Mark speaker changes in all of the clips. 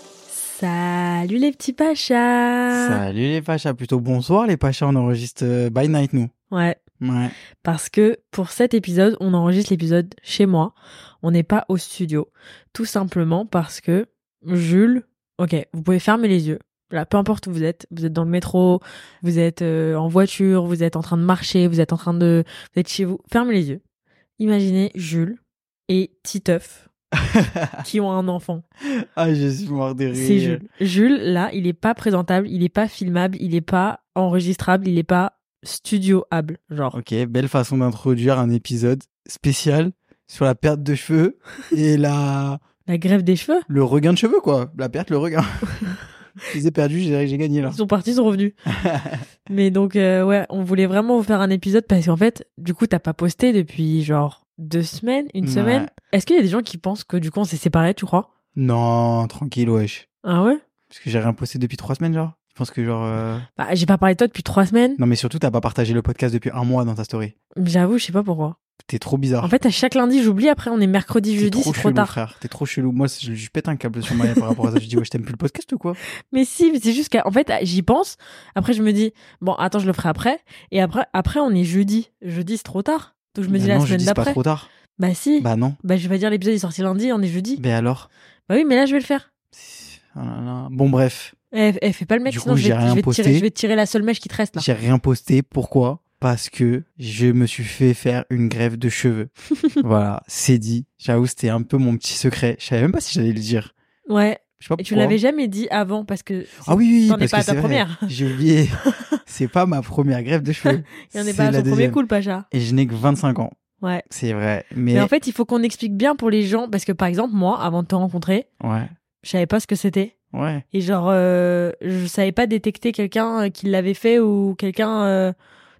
Speaker 1: Salut les petits pachas
Speaker 2: Salut les Pachas, plutôt bonsoir les Pachas, on enregistre euh, by night nous.
Speaker 1: Ouais,
Speaker 2: Ouais.
Speaker 1: parce que pour cet épisode, on enregistre l'épisode chez moi. On n'est pas au studio. Tout simplement parce que Jules, ok, vous pouvez fermer les yeux. Là, peu importe où vous êtes, vous êtes dans le métro, vous êtes euh, en voiture, vous êtes en train de marcher, vous êtes en train de... Vous êtes chez vous, fermez les yeux. Imaginez Jules et Titeuf qui ont un enfant.
Speaker 2: ah, je suis mort de rire.
Speaker 1: C'est Jules. Jules, là, il est pas présentable, il est pas filmable, il est pas enregistrable, il est pas studioable. Genre,
Speaker 2: Ok, belle façon d'introduire un épisode spécial sur la perte de cheveux et la
Speaker 1: la grève des cheveux
Speaker 2: le regain de cheveux quoi, la perte, le regain. je les ai perdus, j'ai j'ai gagné là.
Speaker 1: Ils sont partis, ils sont revenus. Mais donc, euh, ouais, on voulait vraiment vous faire un épisode parce qu'en fait, du coup, t'as pas posté depuis genre deux semaines, une
Speaker 2: Ouais.
Speaker 1: semaine. Est-ce qu'il y a des gens qui pensent que du coup, on s'est séparés, tu crois
Speaker 2: Non, tranquille wesh.
Speaker 1: Ah ouais
Speaker 2: Parce que j'ai rien posté depuis trois semaines genre. Je pense que genre... euh,
Speaker 1: Bah, j'ai pas parlé de toi depuis trois semaines.
Speaker 2: Non mais surtout t'as pas partagé le podcast depuis un mois dans ta story.
Speaker 1: J'avoue, je sais pas pourquoi.
Speaker 2: T'es trop bizarre.
Speaker 1: En fait, à chaque lundi, j'oublie. Après, on est mercredi,
Speaker 2: T'es
Speaker 1: jeudi, c'est trop
Speaker 2: Ah. chelou,
Speaker 1: tard.
Speaker 2: frère. T'es trop chelou. Moi, je, je pète un câble sur Maya par rapport à ça. Je dis, ouais, je t'aime plus le podcast ou quoi
Speaker 1: Mais si, mais c'est juste qu'en fait, ah, j'y pense. Après, je me dis, bon, attends, je le ferai après. Et après, après on est jeudi. Jeudi, c'est trop tard. Donc, je me
Speaker 2: Bah
Speaker 1: dis la
Speaker 2: non,
Speaker 1: semaine
Speaker 2: jeudi, c'est pas
Speaker 1: d'après.
Speaker 2: trop tard.
Speaker 1: Bah, si. Bah,
Speaker 2: Bah non.
Speaker 1: je vais pas dire l'épisode est sorti lundi, on est jeudi.
Speaker 2: Mais alors
Speaker 1: Bah oui, mais là, je vais le faire.
Speaker 2: Ah là là. Bon, bref.
Speaker 1: Eh, eh, fais pas le mec,
Speaker 2: Du
Speaker 1: sinon
Speaker 2: coup,
Speaker 1: je vais,
Speaker 2: j'ai rien
Speaker 1: je vais te tirer,
Speaker 2: posté.
Speaker 1: je vais te tirer la seule mèche qui te reste là.
Speaker 2: J'ai rien posté. Pourquoi Parce que je me suis fait faire une grève de cheveux. voilà, c'est dit. J'avoue, c'était un peu mon petit secret. Je savais même pas si j'allais le dire.
Speaker 1: Ouais,
Speaker 2: Je sais pas
Speaker 1: et tu
Speaker 2: pourquoi.
Speaker 1: l'avais jamais dit avant parce que
Speaker 2: Ah oui, oui, oui,
Speaker 1: t'en es
Speaker 2: parce
Speaker 1: pas
Speaker 2: que
Speaker 1: à ta
Speaker 2: c'est vrai.
Speaker 1: première.
Speaker 2: J'ai oublié. c'est pas ma première grève de cheveux.
Speaker 1: Il y en
Speaker 2: C'est
Speaker 1: est pas à
Speaker 2: la
Speaker 1: son premier
Speaker 2: deuxième.
Speaker 1: coup, le Pacha.
Speaker 2: Et je n'ai que 25 ans.
Speaker 1: Ouais.
Speaker 2: C'est vrai.
Speaker 1: Mais...
Speaker 2: Mais,
Speaker 1: en fait, il faut qu'on explique bien pour les gens parce que par exemple, moi, avant de te rencontrer,
Speaker 2: ouais,
Speaker 1: je savais pas ce que c'était.
Speaker 2: ouais.
Speaker 1: Et genre, euh, je savais pas détecter quelqu'un euh, qui l'avait fait ou quelqu'un, euh,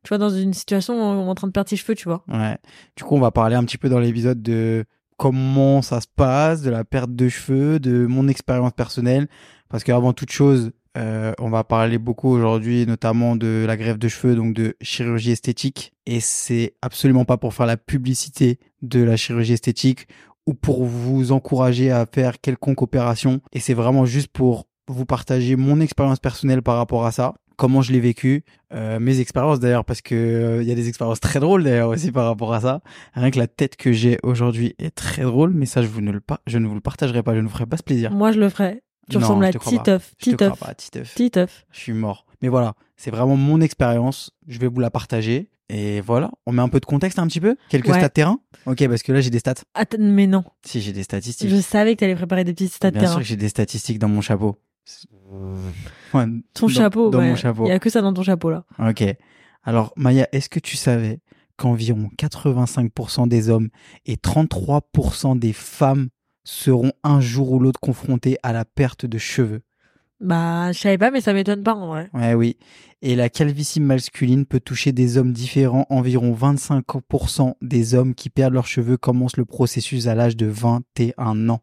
Speaker 1: tu vois, dans une situation où on est en train de perdre ses cheveux, tu vois.
Speaker 2: Ouais. Du coup, on va parler un petit peu dans l'épisode de comment ça se passe, de la perte de cheveux, de mon expérience personnelle. Parce qu'avant toute chose, euh, on va parler beaucoup aujourd'hui, notamment de la grève de cheveux, donc de chirurgie esthétique. Et c'est absolument pas pour faire la publicité de la chirurgie esthétique ou pour vous encourager à faire quelconque opération. Et c'est vraiment juste pour vous partager mon expérience personnelle par rapport à ça, comment je l'ai vécu, euh, mes expériences d'ailleurs, parce que euh, il y a des expériences très drôles d'ailleurs aussi par rapport à ça. Rien que la tête que j'ai aujourd'hui est très drôle, mais ça je vous ne le pas, je ne vous le partagerai pas, je ne vous ferai pas ce plaisir.
Speaker 1: Moi, je le ferais. Tu
Speaker 2: Non,
Speaker 1: ressembles
Speaker 2: je
Speaker 1: à
Speaker 2: te crois pas.
Speaker 1: Titeuf,
Speaker 2: Je te crois
Speaker 1: Mm. Titeuf,
Speaker 2: pas, Titeuf.
Speaker 1: Titeuf.
Speaker 2: Je suis mort. Mais voilà, c'est vraiment mon expérience. Je vais vous la partager. Et voilà, on met un peu de contexte un petit peu Quelques
Speaker 1: Ouais.
Speaker 2: stats terrain Ok, parce que là j'ai des stats.
Speaker 1: Attends, mais non,
Speaker 2: Si, j'ai des statistiques.
Speaker 1: je savais que t'allais préparer des petites stats
Speaker 2: Bien sûr que j'ai des statistiques dans mon chapeau. Ouais,
Speaker 1: Ton
Speaker 2: dans-
Speaker 1: chapeau,
Speaker 2: Dans
Speaker 1: ouais.
Speaker 2: mon chapeau.
Speaker 1: Il y a que ça dans ton chapeau là.
Speaker 2: Ok. Alors, Maya, est-ce que tu savais qu'environ 85% des hommes et 33% des femmes seront un jour ou l'autre confrontés à la perte de cheveux
Speaker 1: Bah, je savais pas, mais ça m'étonne pas en vrai.
Speaker 2: Ouais, oui. Et la calvitie masculine peut toucher des hommes différents. Environ 25% des hommes qui perdent leurs cheveux commencent le processus à l'âge de 21 ans.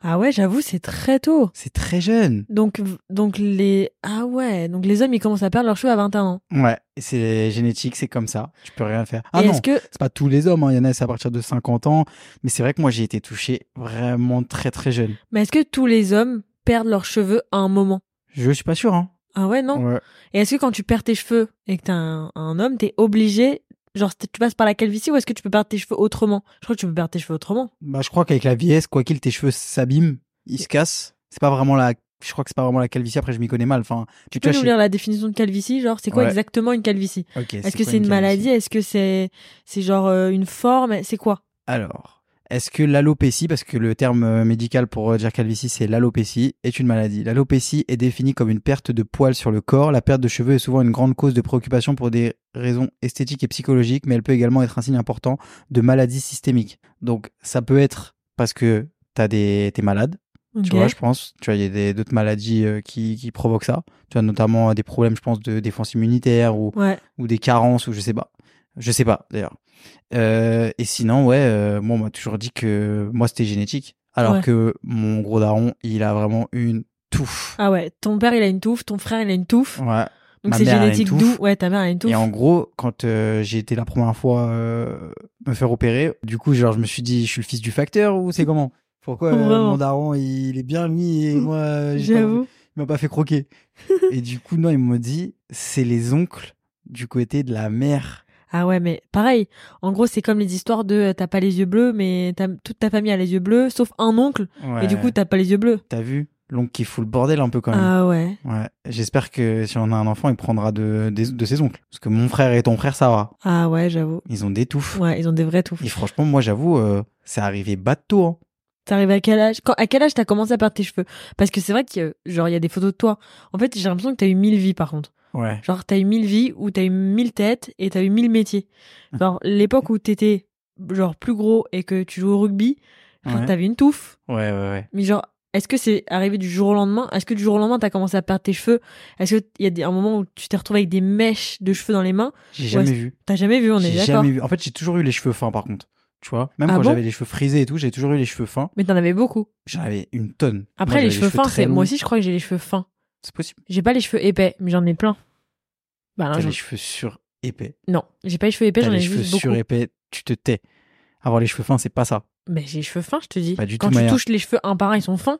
Speaker 1: Ah ouais, j'avoue, c'est très tôt.
Speaker 2: C'est très jeune.
Speaker 1: Donc, v- donc les ah ouais, donc les hommes ils commencent à perdre leurs cheveux à 21 ans.
Speaker 2: Ouais, c'est génétique, c'est comme ça. Tu peux rien faire. Ah
Speaker 1: Et
Speaker 2: non,
Speaker 1: est-ce que
Speaker 2: c'est pas tous les hommes, hein. il y en a c'est à partir de 50 ans, mais c'est vrai que moi j'ai été touché vraiment très très jeune.
Speaker 1: mais est-ce que tous les hommes perdent leurs cheveux à un moment
Speaker 2: Je suis pas sûr hein.
Speaker 1: Ah ouais, non.
Speaker 2: Ouais.
Speaker 1: Et est-ce que quand tu perds tes cheveux et que t'es un, un homme, t'es obligé genre c'est- tu passes par la calvitie ou est-ce que tu peux perdre tes cheveux autrement Je crois que tu peux perdre tes cheveux autrement.
Speaker 2: Bah je crois qu'avec la vieillesse quoi qu'il tes cheveux s'abîment, ils se cassent. C'est pas vraiment la je crois que c'est pas vraiment la calvitie après je m'y connais mal enfin
Speaker 1: Tu peux
Speaker 2: vois,
Speaker 1: nous
Speaker 2: je-
Speaker 1: lire la définition de calvitie, genre c'est quoi
Speaker 2: Ouais.
Speaker 1: exactement une calvitie
Speaker 2: OK.
Speaker 1: Est-ce que
Speaker 2: quoi
Speaker 1: c'est une
Speaker 2: calvitie
Speaker 1: maladie Est-ce que c'est c'est genre euh, une forme C'est quoi
Speaker 2: Alors, est-ce que l'alopécie, parce que le terme euh, médical pour euh, dire calvitie, c'est l'alopécie, est une maladie L'alopécie est définie comme une perte de poils sur le corps. La perte de cheveux est souvent une grande cause de préoccupation pour des raisons esthétiques et psychologiques, mais elle peut également être un signe important de maladie systémique. Donc ça peut être parce que t'as des t'es malade, tu vois, je pense. Tu vois, il y a des- d'autres maladies euh, qui, qui provoquent ça. Tu vois, notamment euh, des problèmes, je pense, de défense immunitaire ou,
Speaker 1: Ouais.
Speaker 2: ou des carences ou je sais pas. Je sais pas d'ailleurs. Euh, et sinon, ouais, euh, moi on m'a toujours dit que moi c'était génétique, alors
Speaker 1: Ouais.
Speaker 2: que mon gros daron, il a vraiment une touffe.
Speaker 1: Ah ouais, ton père il a une touffe, ton frère il a une touffe.
Speaker 2: Ouais.
Speaker 1: Donc
Speaker 2: Ma
Speaker 1: c'est
Speaker 2: mère, elle a une
Speaker 1: génétique d'où
Speaker 2: touffe.
Speaker 1: Ouais, ta mère elle a une touffe.
Speaker 2: Et en gros, quand euh, j'ai été la première fois euh, me faire opérer, du coup, genre je me suis dit, je suis le fils du facteur ou c'est comment Pourquoi euh,
Speaker 1: Vraiment.
Speaker 2: mon daron, il est bien lui et moi, euh, j'ai pas-
Speaker 1: J'avoue.
Speaker 2: il m'a pas fait croquer. et du coup, non, il m'a dit, c'est les oncles du côté de la mère.
Speaker 1: Ah ouais, mais pareil. En gros, c'est comme les histoires de euh, t'as pas les yeux bleus, mais t'as- toute ta famille a les yeux bleus, sauf un oncle.
Speaker 2: Ouais.
Speaker 1: Et du coup, t'as pas les yeux bleus.
Speaker 2: t'as vu l'oncle qui fout le bordel un peu quand même.
Speaker 1: Ah ouais.
Speaker 2: Ouais. J'espère que si on a un enfant, il prendra de, des- de ses oncles. Parce que mon frère et ton frère, ça va.
Speaker 1: Ah ouais, j'avoue.
Speaker 2: Ils ont des touffes.
Speaker 1: Ouais, hein. ils ont des vrais touffes.
Speaker 2: Et franchement, moi, j'avoue, euh, c'est arrivé bateau. Hein.
Speaker 1: T'arrives à quel âge Quand, À quel âge t'as commencé à perdre tes cheveux Parce que c'est vrai que, genre, il y a des photos de toi. En fait, j'ai l'impression que t'as eu mille vies, par contre.
Speaker 2: Ouais.
Speaker 1: Genre, t'as eu mille vies où t'as eu mille têtes et t'as eu mille métiers.
Speaker 2: Mmh.
Speaker 1: Genre, l'époque où t'étais, genre, plus gros et que tu jouais au rugby, genre,
Speaker 2: Ouais.
Speaker 1: t'avais une touffe.
Speaker 2: Ouais, ouais, ouais.
Speaker 1: Mais genre, est-ce que c'est arrivé du jour au lendemain Est-ce que du jour au lendemain, t'as commencé à perdre tes cheveux Est-ce qu'il y a des- un moment où tu t'es retrouvé avec des mèches de cheveux dans les mains
Speaker 2: J'ai jamais
Speaker 1: Ouais,
Speaker 2: vu.
Speaker 1: T'as jamais vu, on est
Speaker 2: J'ai
Speaker 1: d'accord.
Speaker 2: jamais vu. En fait, j'ai toujours eu les cheveux fins, par contre. Tu vois, même
Speaker 1: Ah
Speaker 2: quand
Speaker 1: bon
Speaker 2: j'avais les cheveux frisés et tout, j'ai toujours eu les cheveux fins.
Speaker 1: Mais t'en avais beaucoup.
Speaker 2: J'en avais une tonne.
Speaker 1: Après,
Speaker 2: Moi, j'avais
Speaker 1: les cheveux fins,
Speaker 2: très
Speaker 1: c'est...
Speaker 2: longs.
Speaker 1: moi aussi, je crois que j'ai les cheveux fins.
Speaker 2: C'est possible.
Speaker 1: J'ai pas les cheveux épais, mais j'en ai plein. Bah,
Speaker 2: T'as
Speaker 1: non,
Speaker 2: les
Speaker 1: j'en-
Speaker 2: cheveux sur épais.
Speaker 1: non, j'ai pas les cheveux épais,
Speaker 2: T'as
Speaker 1: j'en ai
Speaker 2: les cheveux
Speaker 1: juste beaucoup.
Speaker 2: surépais, tu te tais. Avoir les cheveux fins, c'est pas ça.
Speaker 1: Mais j'ai les cheveux fins, je te dis.
Speaker 2: Pas du
Speaker 1: Quand
Speaker 2: tout,
Speaker 1: tu
Speaker 2: Maya.
Speaker 1: touches les cheveux un par un, ils sont fins.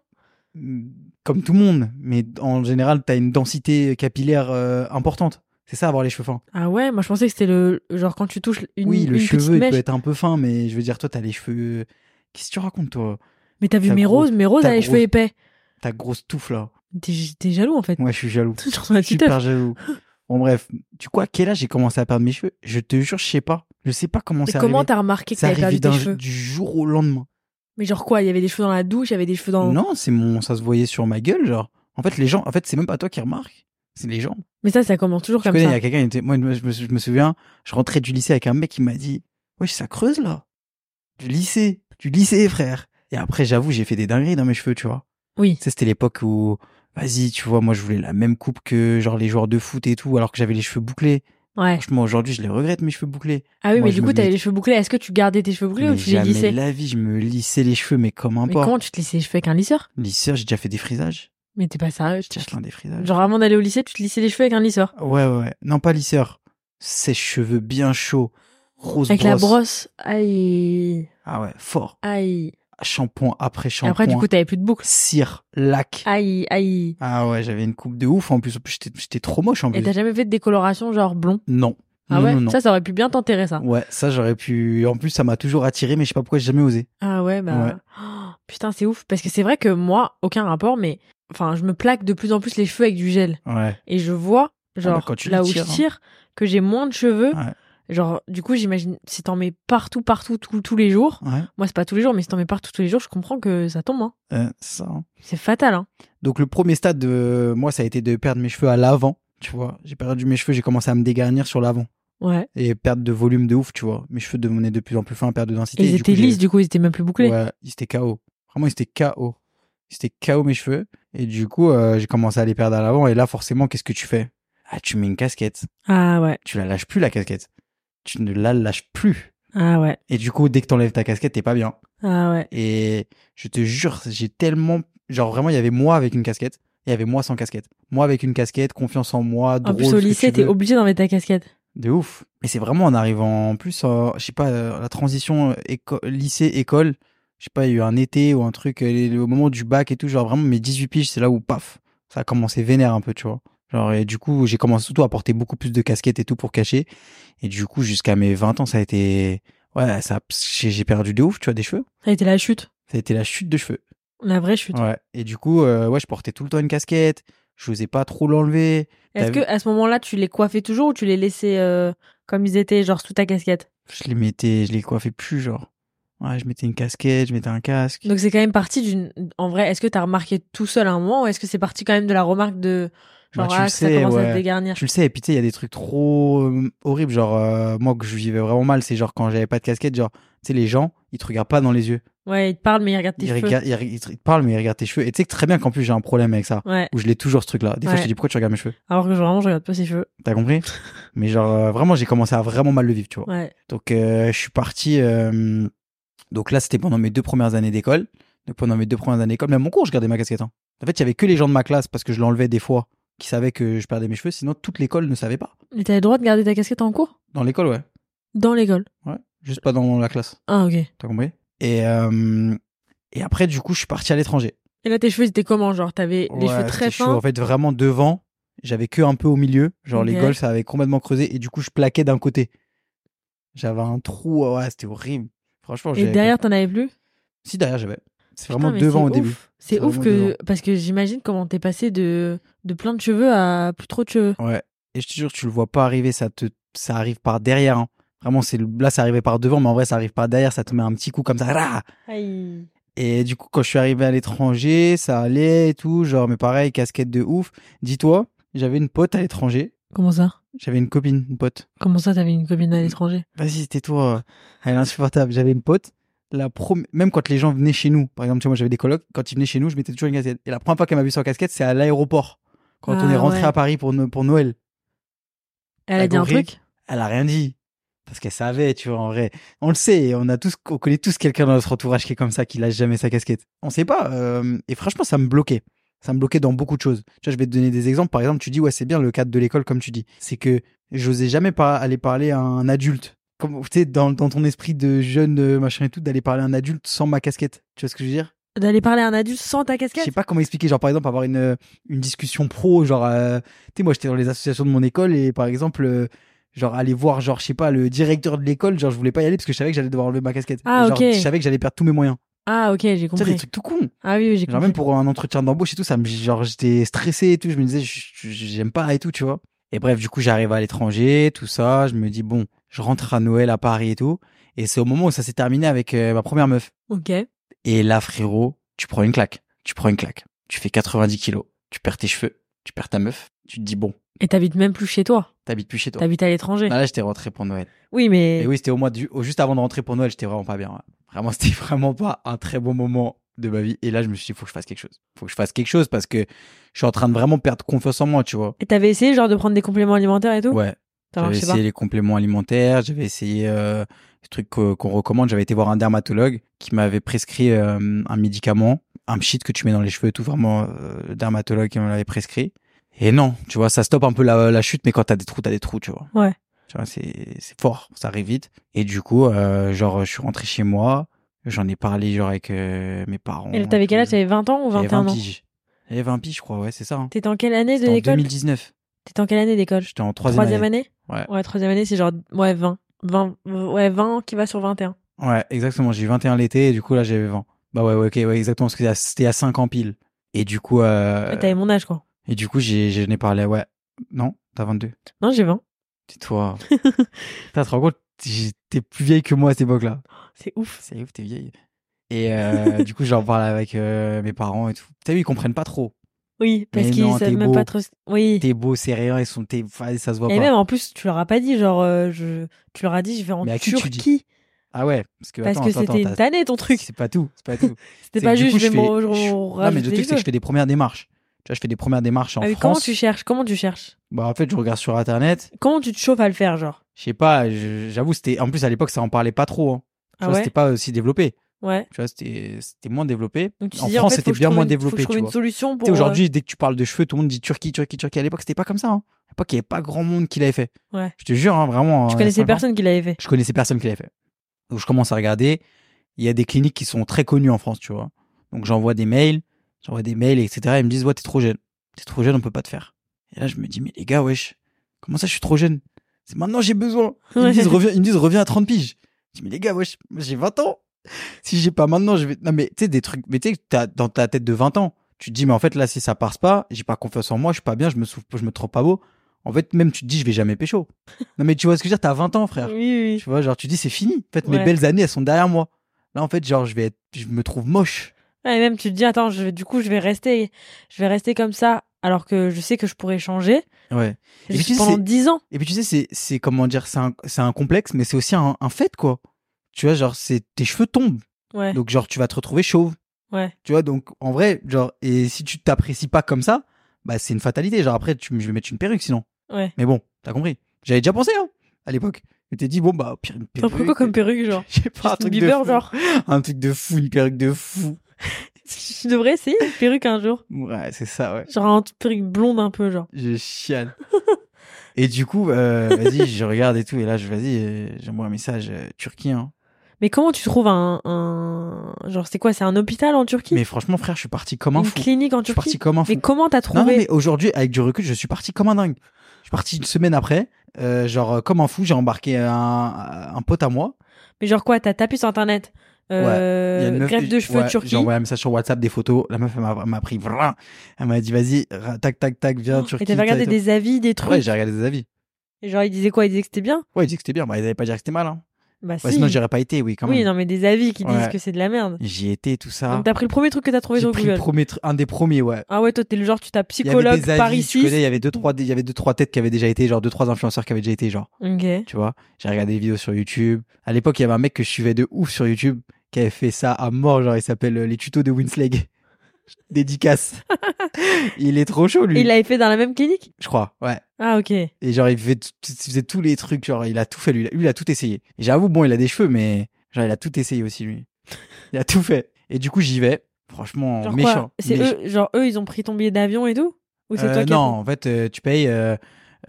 Speaker 2: mm, Comme tout le monde, mais en général, t'as une densité capillaire euh, importante. C'est ça, avoir les cheveux fins.
Speaker 1: Ah ouais, moi je pensais que c'était le genre quand tu touches une,
Speaker 2: oui,
Speaker 1: une
Speaker 2: le
Speaker 1: petite
Speaker 2: cheveu, il
Speaker 1: mèche.
Speaker 2: peut être un peu fin, mais je veux dire, toi, t'as les cheveux. euh, Qu'est-ce que tu racontes, toi
Speaker 1: Mais t'as vu
Speaker 2: ta
Speaker 1: mes
Speaker 2: grosse-
Speaker 1: roses, mes roses,
Speaker 2: ta
Speaker 1: elle a les cheveux
Speaker 2: grosse-
Speaker 1: épais.
Speaker 2: Ta grosse touffe, là.
Speaker 1: T'es, t'es jaloux en fait.
Speaker 2: Moi, je suis jaloux.
Speaker 1: Genre, ma petite
Speaker 2: Super jaloux. Bon, bref. Tu crois, quel âge j'ai commencé à perdre mes cheveux Je te jure, je sais pas. Je sais pas comment
Speaker 1: Et
Speaker 2: c'est
Speaker 1: comment
Speaker 2: arrivé.
Speaker 1: t'as remarqué que
Speaker 2: C'est
Speaker 1: t'avais
Speaker 2: arrivé
Speaker 1: perdu tes
Speaker 2: d'un-
Speaker 1: cheveux
Speaker 2: du jour au lendemain.
Speaker 1: Mais genre quoi Il y avait des cheveux dans la douche, il y avait des cheveux dans.
Speaker 2: Non, c'est mon, ça se voyait sur ma gueule, genre. En fait, les gens, en fait, c'est même pas toi qui remarques, c'est les gens.
Speaker 1: Mais ça, ça commence toujours
Speaker 2: Je
Speaker 1: comme
Speaker 2: connais, il y
Speaker 1: ça.
Speaker 2: a quelqu'un, il était- moi, je me, je me souviens, je rentrais du lycée avec un mec qui m'a dit, wesh, ça creuse là. Du lycée, du lycée, frère. Et après, j'avoue, j'ai fait des dingueries dans mes cheveux, tu vois.
Speaker 1: Oui.
Speaker 2: Tu sais, c'était l'époque où, vas-y, tu vois, moi, je voulais la même coupe que, genre, les joueurs de foot et tout, alors que j'avais les cheveux bouclés.
Speaker 1: Ouais.
Speaker 2: Franchement, aujourd'hui, je les regrette, mes cheveux bouclés.
Speaker 1: Ah oui,
Speaker 2: Moi,
Speaker 1: mais
Speaker 2: je
Speaker 1: du
Speaker 2: me
Speaker 1: coup, t'avais
Speaker 2: lis-
Speaker 1: les cheveux bouclés. Est-ce que tu gardais tes cheveux bouclés
Speaker 2: Mais
Speaker 1: ou tu les
Speaker 2: jamais
Speaker 1: lissais
Speaker 2: de la vie, je me lissais les cheveux, mais comme un
Speaker 1: Mais
Speaker 2: porc.
Speaker 1: comment tu te lissais les cheveux avec un lisseur
Speaker 2: Lisseur, j'ai déjà fait des frisages.
Speaker 1: Mais t'es pas sérieux.
Speaker 2: J'ai déjà fait des frisages.
Speaker 1: Genre avant d'aller au lycée, tu te lissais les cheveux avec un lisseur.
Speaker 2: Ouais, ouais, ouais. Non, pas lisseur. Ses cheveux bien chauds. Rose
Speaker 1: Avec la
Speaker 2: brosse.
Speaker 1: brosse. Aïe.
Speaker 2: Ah ouais, fort.
Speaker 1: Aïe.
Speaker 2: Shampoing après
Speaker 1: Et
Speaker 2: shampoing.
Speaker 1: après, du coup, t'avais plus de boucles.
Speaker 2: cire, lac.
Speaker 1: Aïe, aïe.
Speaker 2: Ah ouais, j'avais une coupe de ouf. En plus, En plus, j'étais j'étais trop moche en
Speaker 1: Et
Speaker 2: plus.
Speaker 1: t'as jamais fait de décoloration genre blond
Speaker 2: Non.
Speaker 1: Ah
Speaker 2: non,
Speaker 1: ouais
Speaker 2: non, non.
Speaker 1: Ça, ça aurait pu bien t'enterrer ça.
Speaker 2: Ouais, ça j'aurais pu. En plus, ça m'a toujours attiré, mais je sais pas pourquoi j'ai jamais osé.
Speaker 1: Ah ouais, bah.
Speaker 2: Ouais.
Speaker 1: Oh, putain, c'est ouf. Parce que c'est vrai que moi, aucun rapport, mais. Enfin, je me plaque de plus en plus les cheveux avec du gel.
Speaker 2: Ouais.
Speaker 1: et je vois genre
Speaker 2: bah, quand tu
Speaker 1: là
Speaker 2: le
Speaker 1: où
Speaker 2: tires,
Speaker 1: je
Speaker 2: hein.
Speaker 1: tire que j'ai moins de cheveux
Speaker 2: Ouais.
Speaker 1: genre du coup j'imagine si t'en mets partout partout tout- tous les jours
Speaker 2: Ouais.
Speaker 1: moi c'est pas tous les jours mais si t'en mets partout tous les jours je comprends que ça tombe hein.
Speaker 2: Euh, ça. hein.
Speaker 1: c'est fatal hein.
Speaker 2: Donc le premier stade de moi, ça a été de perdre mes cheveux à l'avant. Tu vois, j'ai perdu mes cheveux, j'ai commencé à me dégarnir sur l'avant
Speaker 1: ouais
Speaker 2: et perdre de volume de ouf. Tu vois, mes cheveux devenaient de plus en plus fins, perdre de densité.
Speaker 1: et
Speaker 2: Et
Speaker 1: ils
Speaker 2: du coup,
Speaker 1: étaient
Speaker 2: j'ai-
Speaker 1: lisses du coup ils étaient même plus bouclés
Speaker 2: Ouais, ils étaient KO. Vraiment, ils étaient KO. Ils étaient KO mes cheveux. Et du coup, euh, j'ai commencé à les perdre à l'avant. Et là, forcément, qu'est-ce que tu fais Ah, tu mets une casquette.
Speaker 1: ah ouais
Speaker 2: Tu la lâches plus, la casquette. Tu ne la lâches plus.
Speaker 1: ah ouais
Speaker 2: Et du coup, dès que t'enlèves ta casquette, t'es pas bien.
Speaker 1: ah ouais
Speaker 2: Et je te jure, j'ai tellement. Genre, vraiment, il y avait moi avec une casquette. Il y avait moi sans casquette. Moi avec une casquette, confiance en moi, drôle.
Speaker 1: en plus
Speaker 2: ce
Speaker 1: au
Speaker 2: que
Speaker 1: lycée
Speaker 2: tu
Speaker 1: t'es
Speaker 2: veux.
Speaker 1: obligé d'en mettre ta casquette
Speaker 2: De ouf. Mais c'est vraiment en arrivant en plus, euh, je sais pas, euh, la transition euh, éco- lycée-école, je sais pas, il y a eu un été ou un truc, euh, les- au moment du bac et tout, genre vraiment mes 18 piges, c'est là où paf, ça a commencé vénère un peu, tu vois. Genre, et du coup, j'ai commencé surtout à porter beaucoup plus de casquettes et tout pour cacher. Et du coup, jusqu'à mes 20 ans, ça a été. Ouais, ça, j'ai j'ai perdu de ouf, tu vois, des cheveux.
Speaker 1: ça a été la chute
Speaker 2: Ça a été la chute de cheveux.
Speaker 1: la vraie chute
Speaker 2: Ouais. Et du coup, euh, ouais, je portais tout le temps une casquette. Je n'osais pas trop l'enlever.
Speaker 1: est-ce
Speaker 2: T'as
Speaker 1: que
Speaker 2: vu
Speaker 1: à ce moment là tu les coiffais toujours ou tu les laissais euh, comme ils étaient genre sous ta casquette
Speaker 2: Je les mettais, je les coiffais plus, genre. Ouais, je mettais une casquette, je mettais un casque.
Speaker 1: donc c'est quand même parti d'une en vrai est-ce que t'as remarqué tout seul à un moment ou est-ce que c'est parti quand même de la remarque de Genre,
Speaker 2: Bah, tu
Speaker 1: ah,
Speaker 2: le
Speaker 1: ça
Speaker 2: sais,
Speaker 1: commence à
Speaker 2: ouais.
Speaker 1: se dégarnir.
Speaker 2: Tu le sais, et puis tu sais, il y a des trucs trop euh, horribles. Genre, euh, moi, que je vivais vraiment mal, c'est genre quand j'avais pas de casquette, genre, tu sais, les gens, ils te regardent pas dans les yeux.
Speaker 1: Ouais, il te parle, mais il regarde tes
Speaker 2: Ils,
Speaker 1: cheveux.
Speaker 2: regardent, ils, re- ils te parlent, mais ils regardent tes cheveux. Et tu sais que très bien qu'en plus, j'ai un problème avec ça.
Speaker 1: Ouais,
Speaker 2: Où je l'ai toujours ce truc-là. Des fois, je
Speaker 1: Ouais.
Speaker 2: te dis, pourquoi tu regardes mes cheveux
Speaker 1: alors que vraiment, je regarde pas ses cheveux.
Speaker 2: T'as compris Mais genre, euh, vraiment, j'ai commencé à vraiment mal le vivre, tu vois.
Speaker 1: Ouais,
Speaker 2: Donc, euh, je suis parti. euh, donc là, c'était pendant mes deux premières années d'école. Donc, pendant mes deux premières années d'école, même mon cours, je gardais ma casquette. hein. En fait, il y avait que les gens de ma classe parce que je l'enlevais des fois qui savaient que je perdais mes cheveux. Sinon, toute l'école ne savait pas.
Speaker 1: mais t'avais le droit de garder ta casquette en cours
Speaker 2: Dans l'école, ouais.
Speaker 1: Dans l'école.
Speaker 2: Ouais. Juste pas dans la classe.
Speaker 1: Ah, ok.
Speaker 2: T'as compris Et euh, et après, du coup, je suis parti à l'étranger.
Speaker 1: Et là, tes cheveux, ils étaient comment Genre, t'avais les
Speaker 2: Ouais,
Speaker 1: cheveux très
Speaker 2: c'était chaud.
Speaker 1: fins.
Speaker 2: En fait, vraiment devant, j'avais que un peu au milieu. Genre, les
Speaker 1: Ok.
Speaker 2: golfs, ça avait complètement creusé. Et du coup, je plaquais d'un côté. J'avais un trou. Ouais, c'était horrible. Franchement,
Speaker 1: Et
Speaker 2: j'avais-
Speaker 1: derrière, t'en avais plus
Speaker 2: Si, derrière, j'avais. C'est
Speaker 1: Putain,
Speaker 2: vraiment
Speaker 1: mais
Speaker 2: devant
Speaker 1: c'est
Speaker 2: au
Speaker 1: ouf.
Speaker 2: début.
Speaker 1: C'est
Speaker 2: C'est
Speaker 1: ouf
Speaker 2: vraiment
Speaker 1: que.
Speaker 2: devant.
Speaker 1: Parce que j'imagine comment t'es passé de... de plein de cheveux à plus trop de cheveux.
Speaker 2: Ouais. Et je te jure, tu le vois pas arriver. Ça te, ça arrive par derrière. hein. Vraiment, c'est le- là, ça arrivait par devant, mais en vrai, ça arrive par derrière. Ça te met un petit coup comme ça. Rah
Speaker 1: Aïe.
Speaker 2: Et du coup, quand je suis arrivé à l'étranger, ça allait et tout. Genre, mais pareil, casquette de ouf. Dis-toi, j'avais une pote à l'étranger.
Speaker 1: Comment ça
Speaker 2: J'avais une copine, une pote.
Speaker 1: Comment ça, t'avais une copine à l'étranger
Speaker 2: Vas-y, tais-toi. Elle est insupportable. J'avais une pote. La prom- Même quand les gens venaient chez nous, par exemple, tu vois, moi j'avais des colocs, quand ils venaient chez nous, je mettais toujours une casquette. Et la première fois qu'elle m'a vu sans casquette, c'est à l'aéroport. Quand on
Speaker 1: Ah,
Speaker 2: est rentré
Speaker 1: ouais.
Speaker 2: à Paris pour, no- pour Noël.
Speaker 1: Elle a
Speaker 2: T'as
Speaker 1: dit un
Speaker 2: compris
Speaker 1: truc
Speaker 2: elle a rien dit. Parce qu'elle savait, tu vois, en vrai. On le sait, on a tous, on connaît tous quelqu'un dans notre entourage qui est comme ça, qui lâche jamais sa casquette. On sait pas, euh, et franchement, ça me bloquait. Ça me bloquait dans beaucoup de choses. Tu vois, je vais te donner des exemples. Par exemple, tu dis, ouais, c'est bien le cadre de l'école, comme tu dis. C'est que j'osais jamais pas aller parler à un adulte. Comme, tu sais, dans, dans ton esprit de jeune, euh, machin et tout, d'aller parler à un adulte sans ma casquette. Tu vois ce que je veux dire?
Speaker 1: D'aller parler à un adulte sans ta
Speaker 2: Je sais
Speaker 1: casquette
Speaker 2: pas comment expliquer. Genre, par exemple, avoir une, euh, une discussion pro. Genre, euh, tu sais, moi, j'étais dans les associations de mon école et par exemple, euh, genre, aller voir, genre, je sais pas, le directeur de l'école. Genre, je voulais pas y aller parce que je savais que j'allais devoir enlever ma casquette.
Speaker 1: Ah,
Speaker 2: Et genre,
Speaker 1: ok.
Speaker 2: je savais que j'allais perdre tous mes moyens.
Speaker 1: Ah, ok, j'ai
Speaker 2: Tu sais,
Speaker 1: compris.
Speaker 2: des trucs tout cons.
Speaker 1: Ah oui, oui, j'ai
Speaker 2: Genre,
Speaker 1: compris.
Speaker 2: même pour un entretien d'embauche et tout, ça me, genre, j'étais stressé et tout. Je me disais, je- je- j'aime pas et tout, tu vois. Et bref, du coup, j'arrive à l'étranger, tout ça. Je me dis, bon, je rentre à Noël à Paris et tout. Et c'est au moment où ça s'est terminé avec euh, ma première meuf.
Speaker 1: Ok.
Speaker 2: Et là, frérot, tu prends une claque. Tu prends une claque. Tu fais 90 kilos. Tu perds tes cheveux. Tu perds ta meuf. Tu te dis, bon,
Speaker 1: Et t'habites même plus chez toi.
Speaker 2: t'habites plus chez toi.
Speaker 1: T'habites à l'étranger.
Speaker 2: Ah, là, j'étais rentré pour Noël.
Speaker 1: Oui, mais.
Speaker 2: Et oui, c'était au mois de, au- juste avant de rentrer pour Noël, j'étais vraiment pas bien. ouais. Vraiment, c'était vraiment pas un très bon moment de ma vie. Et là, je me suis dit, faut que je fasse quelque chose. Faut que je fasse quelque chose parce que je suis en train de vraiment perdre confiance en moi, tu vois.
Speaker 1: Et t'avais essayé, genre, de prendre des compléments alimentaires et tout
Speaker 2: Ouais.
Speaker 1: Ça
Speaker 2: J'avais
Speaker 1: marchait pas.
Speaker 2: essayé les compléments alimentaires, j'avais essayé euh, les trucs que- qu'on recommande. J'avais été voir un dermatologue qui m'avait prescrit euh, un médicament, un pchit que tu mets dans les cheveux, et tout vraiment euh, le dermatologue qui me l'avait prescrit. Et non, tu vois, ça stoppe un peu la, la chute, mais quand t'as des trous, t'as des trous, tu vois.
Speaker 1: Ouais.
Speaker 2: Tu vois, c'est c'est fort, ça arrive vite. Et du coup, euh, genre, je suis rentré chez moi, j'en ai parlé genre avec euh, mes parents.
Speaker 1: Et t'avais quel âge T'avais 20 ans ou
Speaker 2: J'avais
Speaker 1: 21 ans
Speaker 2: piges. J'avais 20 piges, je crois, ouais, c'est ça. hein.
Speaker 1: T'étais en quelle année de
Speaker 2: C'était en
Speaker 1: l'école
Speaker 2: 2019.
Speaker 1: T'étais en quelle année d'école
Speaker 2: J'étais en troisième,
Speaker 1: Troisième
Speaker 2: année.
Speaker 1: année
Speaker 2: Ouais.
Speaker 1: Ouais, troisième année, c'est genre, ouais, 20. 20, ouais, 20 qui va sur 21.
Speaker 2: Ouais, exactement. J'ai eu 21 l'été et du coup, là, j'avais 20. Bah ouais, ouais, ok, ouais, exactement. Parce que c'était à- c'était à 5 ans pile. Et du coup, euh,
Speaker 1: Ouais, T'avais mon âge, quoi.
Speaker 2: et du coup, j'ai, j'en ai parlé. Ouais. Non, t'as 22.
Speaker 1: Non, j'ai 20.
Speaker 2: Tais-toi. Putain, tu te rends compte, j'ai- t'es plus vieille que moi à cette époque-là.
Speaker 1: C'est ouf.
Speaker 2: C'est ouf, t'es vieille. Et euh, du coup, j'en parle avec euh, mes parents et tout. T'as vu, ils comprennent pas trop.
Speaker 1: Oui, parce
Speaker 2: Mais
Speaker 1: qu'ils
Speaker 2: non,
Speaker 1: savent
Speaker 2: t'es
Speaker 1: même
Speaker 2: beau.
Speaker 1: pas trop. Oui.
Speaker 2: T'es beau, c'est rien, ils sont, t'es, enfin, ça se voit
Speaker 1: Et
Speaker 2: pas.
Speaker 1: même en plus, tu leur as pas dit, genre, euh, je... tu leur as dit, je vais en
Speaker 2: Mais à qui tu dis
Speaker 1: Turquie.
Speaker 2: Ah ouais, parce que,
Speaker 1: Parce
Speaker 2: attends,
Speaker 1: que
Speaker 2: attends,
Speaker 1: c'était
Speaker 2: attends,
Speaker 1: une
Speaker 2: t'as-
Speaker 1: tannée, ton truc.
Speaker 2: C'est pas tout, c'est pas tout.
Speaker 1: C'était
Speaker 2: C'est
Speaker 1: pas
Speaker 2: que du
Speaker 1: juste,
Speaker 2: coup,
Speaker 1: je vais
Speaker 2: fais-
Speaker 1: me
Speaker 2: je- Non, mais le truc, c'est que je fais des premières démarches. Tu vois, je fais des premières démarches en France.
Speaker 1: Ah Comment tu cherches Comment tu cherches
Speaker 2: Bah, en fait, je regarde sur Internet.
Speaker 1: Comment tu te chauffes à le faire, genre
Speaker 2: Je sais pas, je- j'avoue, c'était. En plus, à l'époque, ça en parlait pas trop. hein. Tu
Speaker 1: Ah
Speaker 2: vois,
Speaker 1: ouais
Speaker 2: c'était pas aussi développé.
Speaker 1: Ouais.
Speaker 2: Tu vois, c'était c'était moins développé.
Speaker 1: Donc tu te
Speaker 2: en
Speaker 1: dis,
Speaker 2: France,
Speaker 1: fait, faut
Speaker 2: c'était
Speaker 1: que je
Speaker 2: bien
Speaker 1: trouve
Speaker 2: moins
Speaker 1: une- faut que je
Speaker 2: développé. Tu
Speaker 1: trouve une
Speaker 2: vois.
Speaker 1: solution
Speaker 2: Tu
Speaker 1: pour.
Speaker 2: sais,
Speaker 1: euh,
Speaker 2: Aujourd'hui, dès que tu parles de cheveux, tout le monde dit Turquie, Turquie, Turquie. À l'époque, c'était pas comme ça. hein. À l'époque, il y avait pas grand monde qui l'avait fait.
Speaker 1: Ouais.
Speaker 2: Je te jure, hein, vraiment.
Speaker 1: Tu
Speaker 2: euh,
Speaker 1: connaissais
Speaker 2: cinq ans,
Speaker 1: personne qui l'avait fait.
Speaker 2: Je connaissais personne qui l'avait fait. Donc, je commence à regarder. Il y a des cliniques qui sont très connues en France, tu vois. Donc, j'envoie des mails, j'envoie des mails, etc. Ils me disent Ouais, t'es trop jeune. T'es trop jeune, on peut pas te faire. Et là, je me dis Mais les gars, wesh, comment ça, je suis trop jeune C'est maintenant, j'ai besoin. Ils me
Speaker 1: Ouais.
Speaker 2: disent reviens, ils me disent reviens à 30 piges. Je dis mais les gars, wesh, moi, j'ai 20 ans. Si j'ai pas maintenant, je vais Non mais tu sais des trucs, mais tu sais t'as- dans ta tête de 20 ans, tu te dis mais en fait là si ça passe pas, j'ai pas confiance en moi, je suis pas bien, je me souffle, je me trouve pas beau. En fait, même tu te dis je vais jamais pécho. Non mais tu vois ce que je veux dire, t'as 20 ans, frère.
Speaker 1: Oui, oui.
Speaker 2: Tu vois, genre tu dis c'est fini. En fait, mes
Speaker 1: Ouais.
Speaker 2: belles années elles sont derrière moi. Là en fait, genre je vais être je me trouve moche.
Speaker 1: Ouais, et même tu te dis, attends, je, vais- du coup, je vais rester, je vais rester comme ça alors que je sais que je pourrais changer
Speaker 2: Ouais. Et
Speaker 1: juste
Speaker 2: puis, tu sais,
Speaker 1: pendant
Speaker 2: c'est-
Speaker 1: 10 ans.
Speaker 2: Et puis tu sais, c'est, c'est comment dire, c'est un, c'est un complexe, mais c'est aussi un, un fait, quoi. Tu vois, genre, c'est, tes cheveux tombent.
Speaker 1: Ouais.
Speaker 2: Donc, genre, tu vas te retrouver chauve.
Speaker 1: Ouais.
Speaker 2: Tu vois, donc, en vrai, genre, et si tu t'apprécies pas comme ça, bah, c'est une fatalité. Genre, après, tu, je vais mettre une perruque sinon.
Speaker 1: Ouais.
Speaker 2: Mais bon, t'as compris. J'avais déjà pensé, hein, à l'époque. Je t'ai dit, bon, bah, au pire, une
Speaker 1: T'as
Speaker 2: perruque.
Speaker 1: pris quoi comme perruque, genre
Speaker 2: Je sais pas, Ah, un
Speaker 1: Justin
Speaker 2: truc,
Speaker 1: Bieber,
Speaker 2: de fou,
Speaker 1: genre.
Speaker 2: un truc de fou, une perruque de fou.
Speaker 1: Je devrais essayer une perruque un jour.
Speaker 2: Ouais, c'est ça, ouais.
Speaker 1: Genre une perruque blonde un peu, genre.
Speaker 2: Je chiale. et du coup, euh, vas-y, je regarde et tout. Et là, je vas-y, euh, j'envoie un message euh, Turquie. Hein.
Speaker 1: Mais comment tu trouves un. un... Genre, c'est quoi C'est un hôpital en Turquie
Speaker 2: Mais franchement, frère, je suis parti comme un
Speaker 1: Une
Speaker 2: fou.
Speaker 1: clinique en
Speaker 2: Je suis
Speaker 1: Turquie
Speaker 2: parti comme un fou.
Speaker 1: Mais comment t'as
Speaker 2: Non, non,
Speaker 1: trouvé
Speaker 2: mais aujourd'hui, avec du recul, je suis parti comme un dingue. Je suis parti une semaine après, euh, genre euh, comme un fou, j'ai embarqué un, un pote à moi.
Speaker 1: Mais genre quoi T'as tapé sur internet
Speaker 2: Il y a
Speaker 1: euh,
Speaker 2: une meuf-
Speaker 1: Greffe de cheveux
Speaker 2: ouais,
Speaker 1: Turquie.
Speaker 2: J'ai envoyé un message sur WhatsApp, des photos. La meuf, elle m'a- m'a pris. vrin. Elle m'a dit, vas-y, ra- tac, tac, tac, viens, Turquie.
Speaker 1: Oh, Et t'avais regardé
Speaker 2: tac, tac.
Speaker 1: des avis, des trucs.
Speaker 2: Ouais, j'ai regardé des avis.
Speaker 1: Et genre, ils disaient quoi Ils disaient que c'était bien
Speaker 2: Ouais, ils disaient que c'était bien. Bah, ils avaient pas dit que c'était mal. Hein.
Speaker 1: Bah
Speaker 2: Ouais,
Speaker 1: si.
Speaker 2: Sinon, j'aurais pas été, oui, quand
Speaker 1: oui,
Speaker 2: même.
Speaker 1: non, mais des avis qui disent
Speaker 2: Ouais.
Speaker 1: que c'est de la merde.
Speaker 2: J'y étais, tout ça.
Speaker 1: Donc t'as pris le premier truc que t'as trouvé
Speaker 2: J'ai
Speaker 1: sur
Speaker 2: pris le
Speaker 1: Google.
Speaker 2: premier tr- un des premiers, ouais.
Speaker 1: Ah ouais, toi, t'es le genre, tu tapes
Speaker 2: Il y avait
Speaker 1: psychologue,
Speaker 2: des avis,
Speaker 1: Paris
Speaker 2: tu connais,
Speaker 1: 6.
Speaker 2: il y avait deux trois, il y avait deux trois têtes qui avaient déjà été, genre deux trois influenceurs qui avaient déjà été, genre.
Speaker 1: Ok.
Speaker 2: tu vois. J'ai regardé des vidéos sur YouTube. À l'époque, il y avait un mec que je suivais de ouf sur YouTube qui avait fait ça à mort, genre il s'appelle euh, les tutos de Winsleg. Dédicace. il est trop chaud lui,
Speaker 1: Et il l'avait fait dans la même clinique
Speaker 2: je crois. Ouais.
Speaker 1: Ah ok.
Speaker 2: Et genre il, fait t- il faisait tous les trucs, genre il a tout fait lui, il a- lui il a tout essayé. Et j'avoue bon, il a des cheveux mais genre il a tout essayé aussi lui. Il a tout fait. Et du coup, j'y vais. Franchement,
Speaker 1: Genre
Speaker 2: méchant.
Speaker 1: quoi C'est
Speaker 2: méchant.
Speaker 1: eux, genre eux, ils ont pris ton billet d'avion et tout Ou c'est
Speaker 2: Euh,
Speaker 1: toi qui as
Speaker 2: non, en fait, euh, tu payes euh,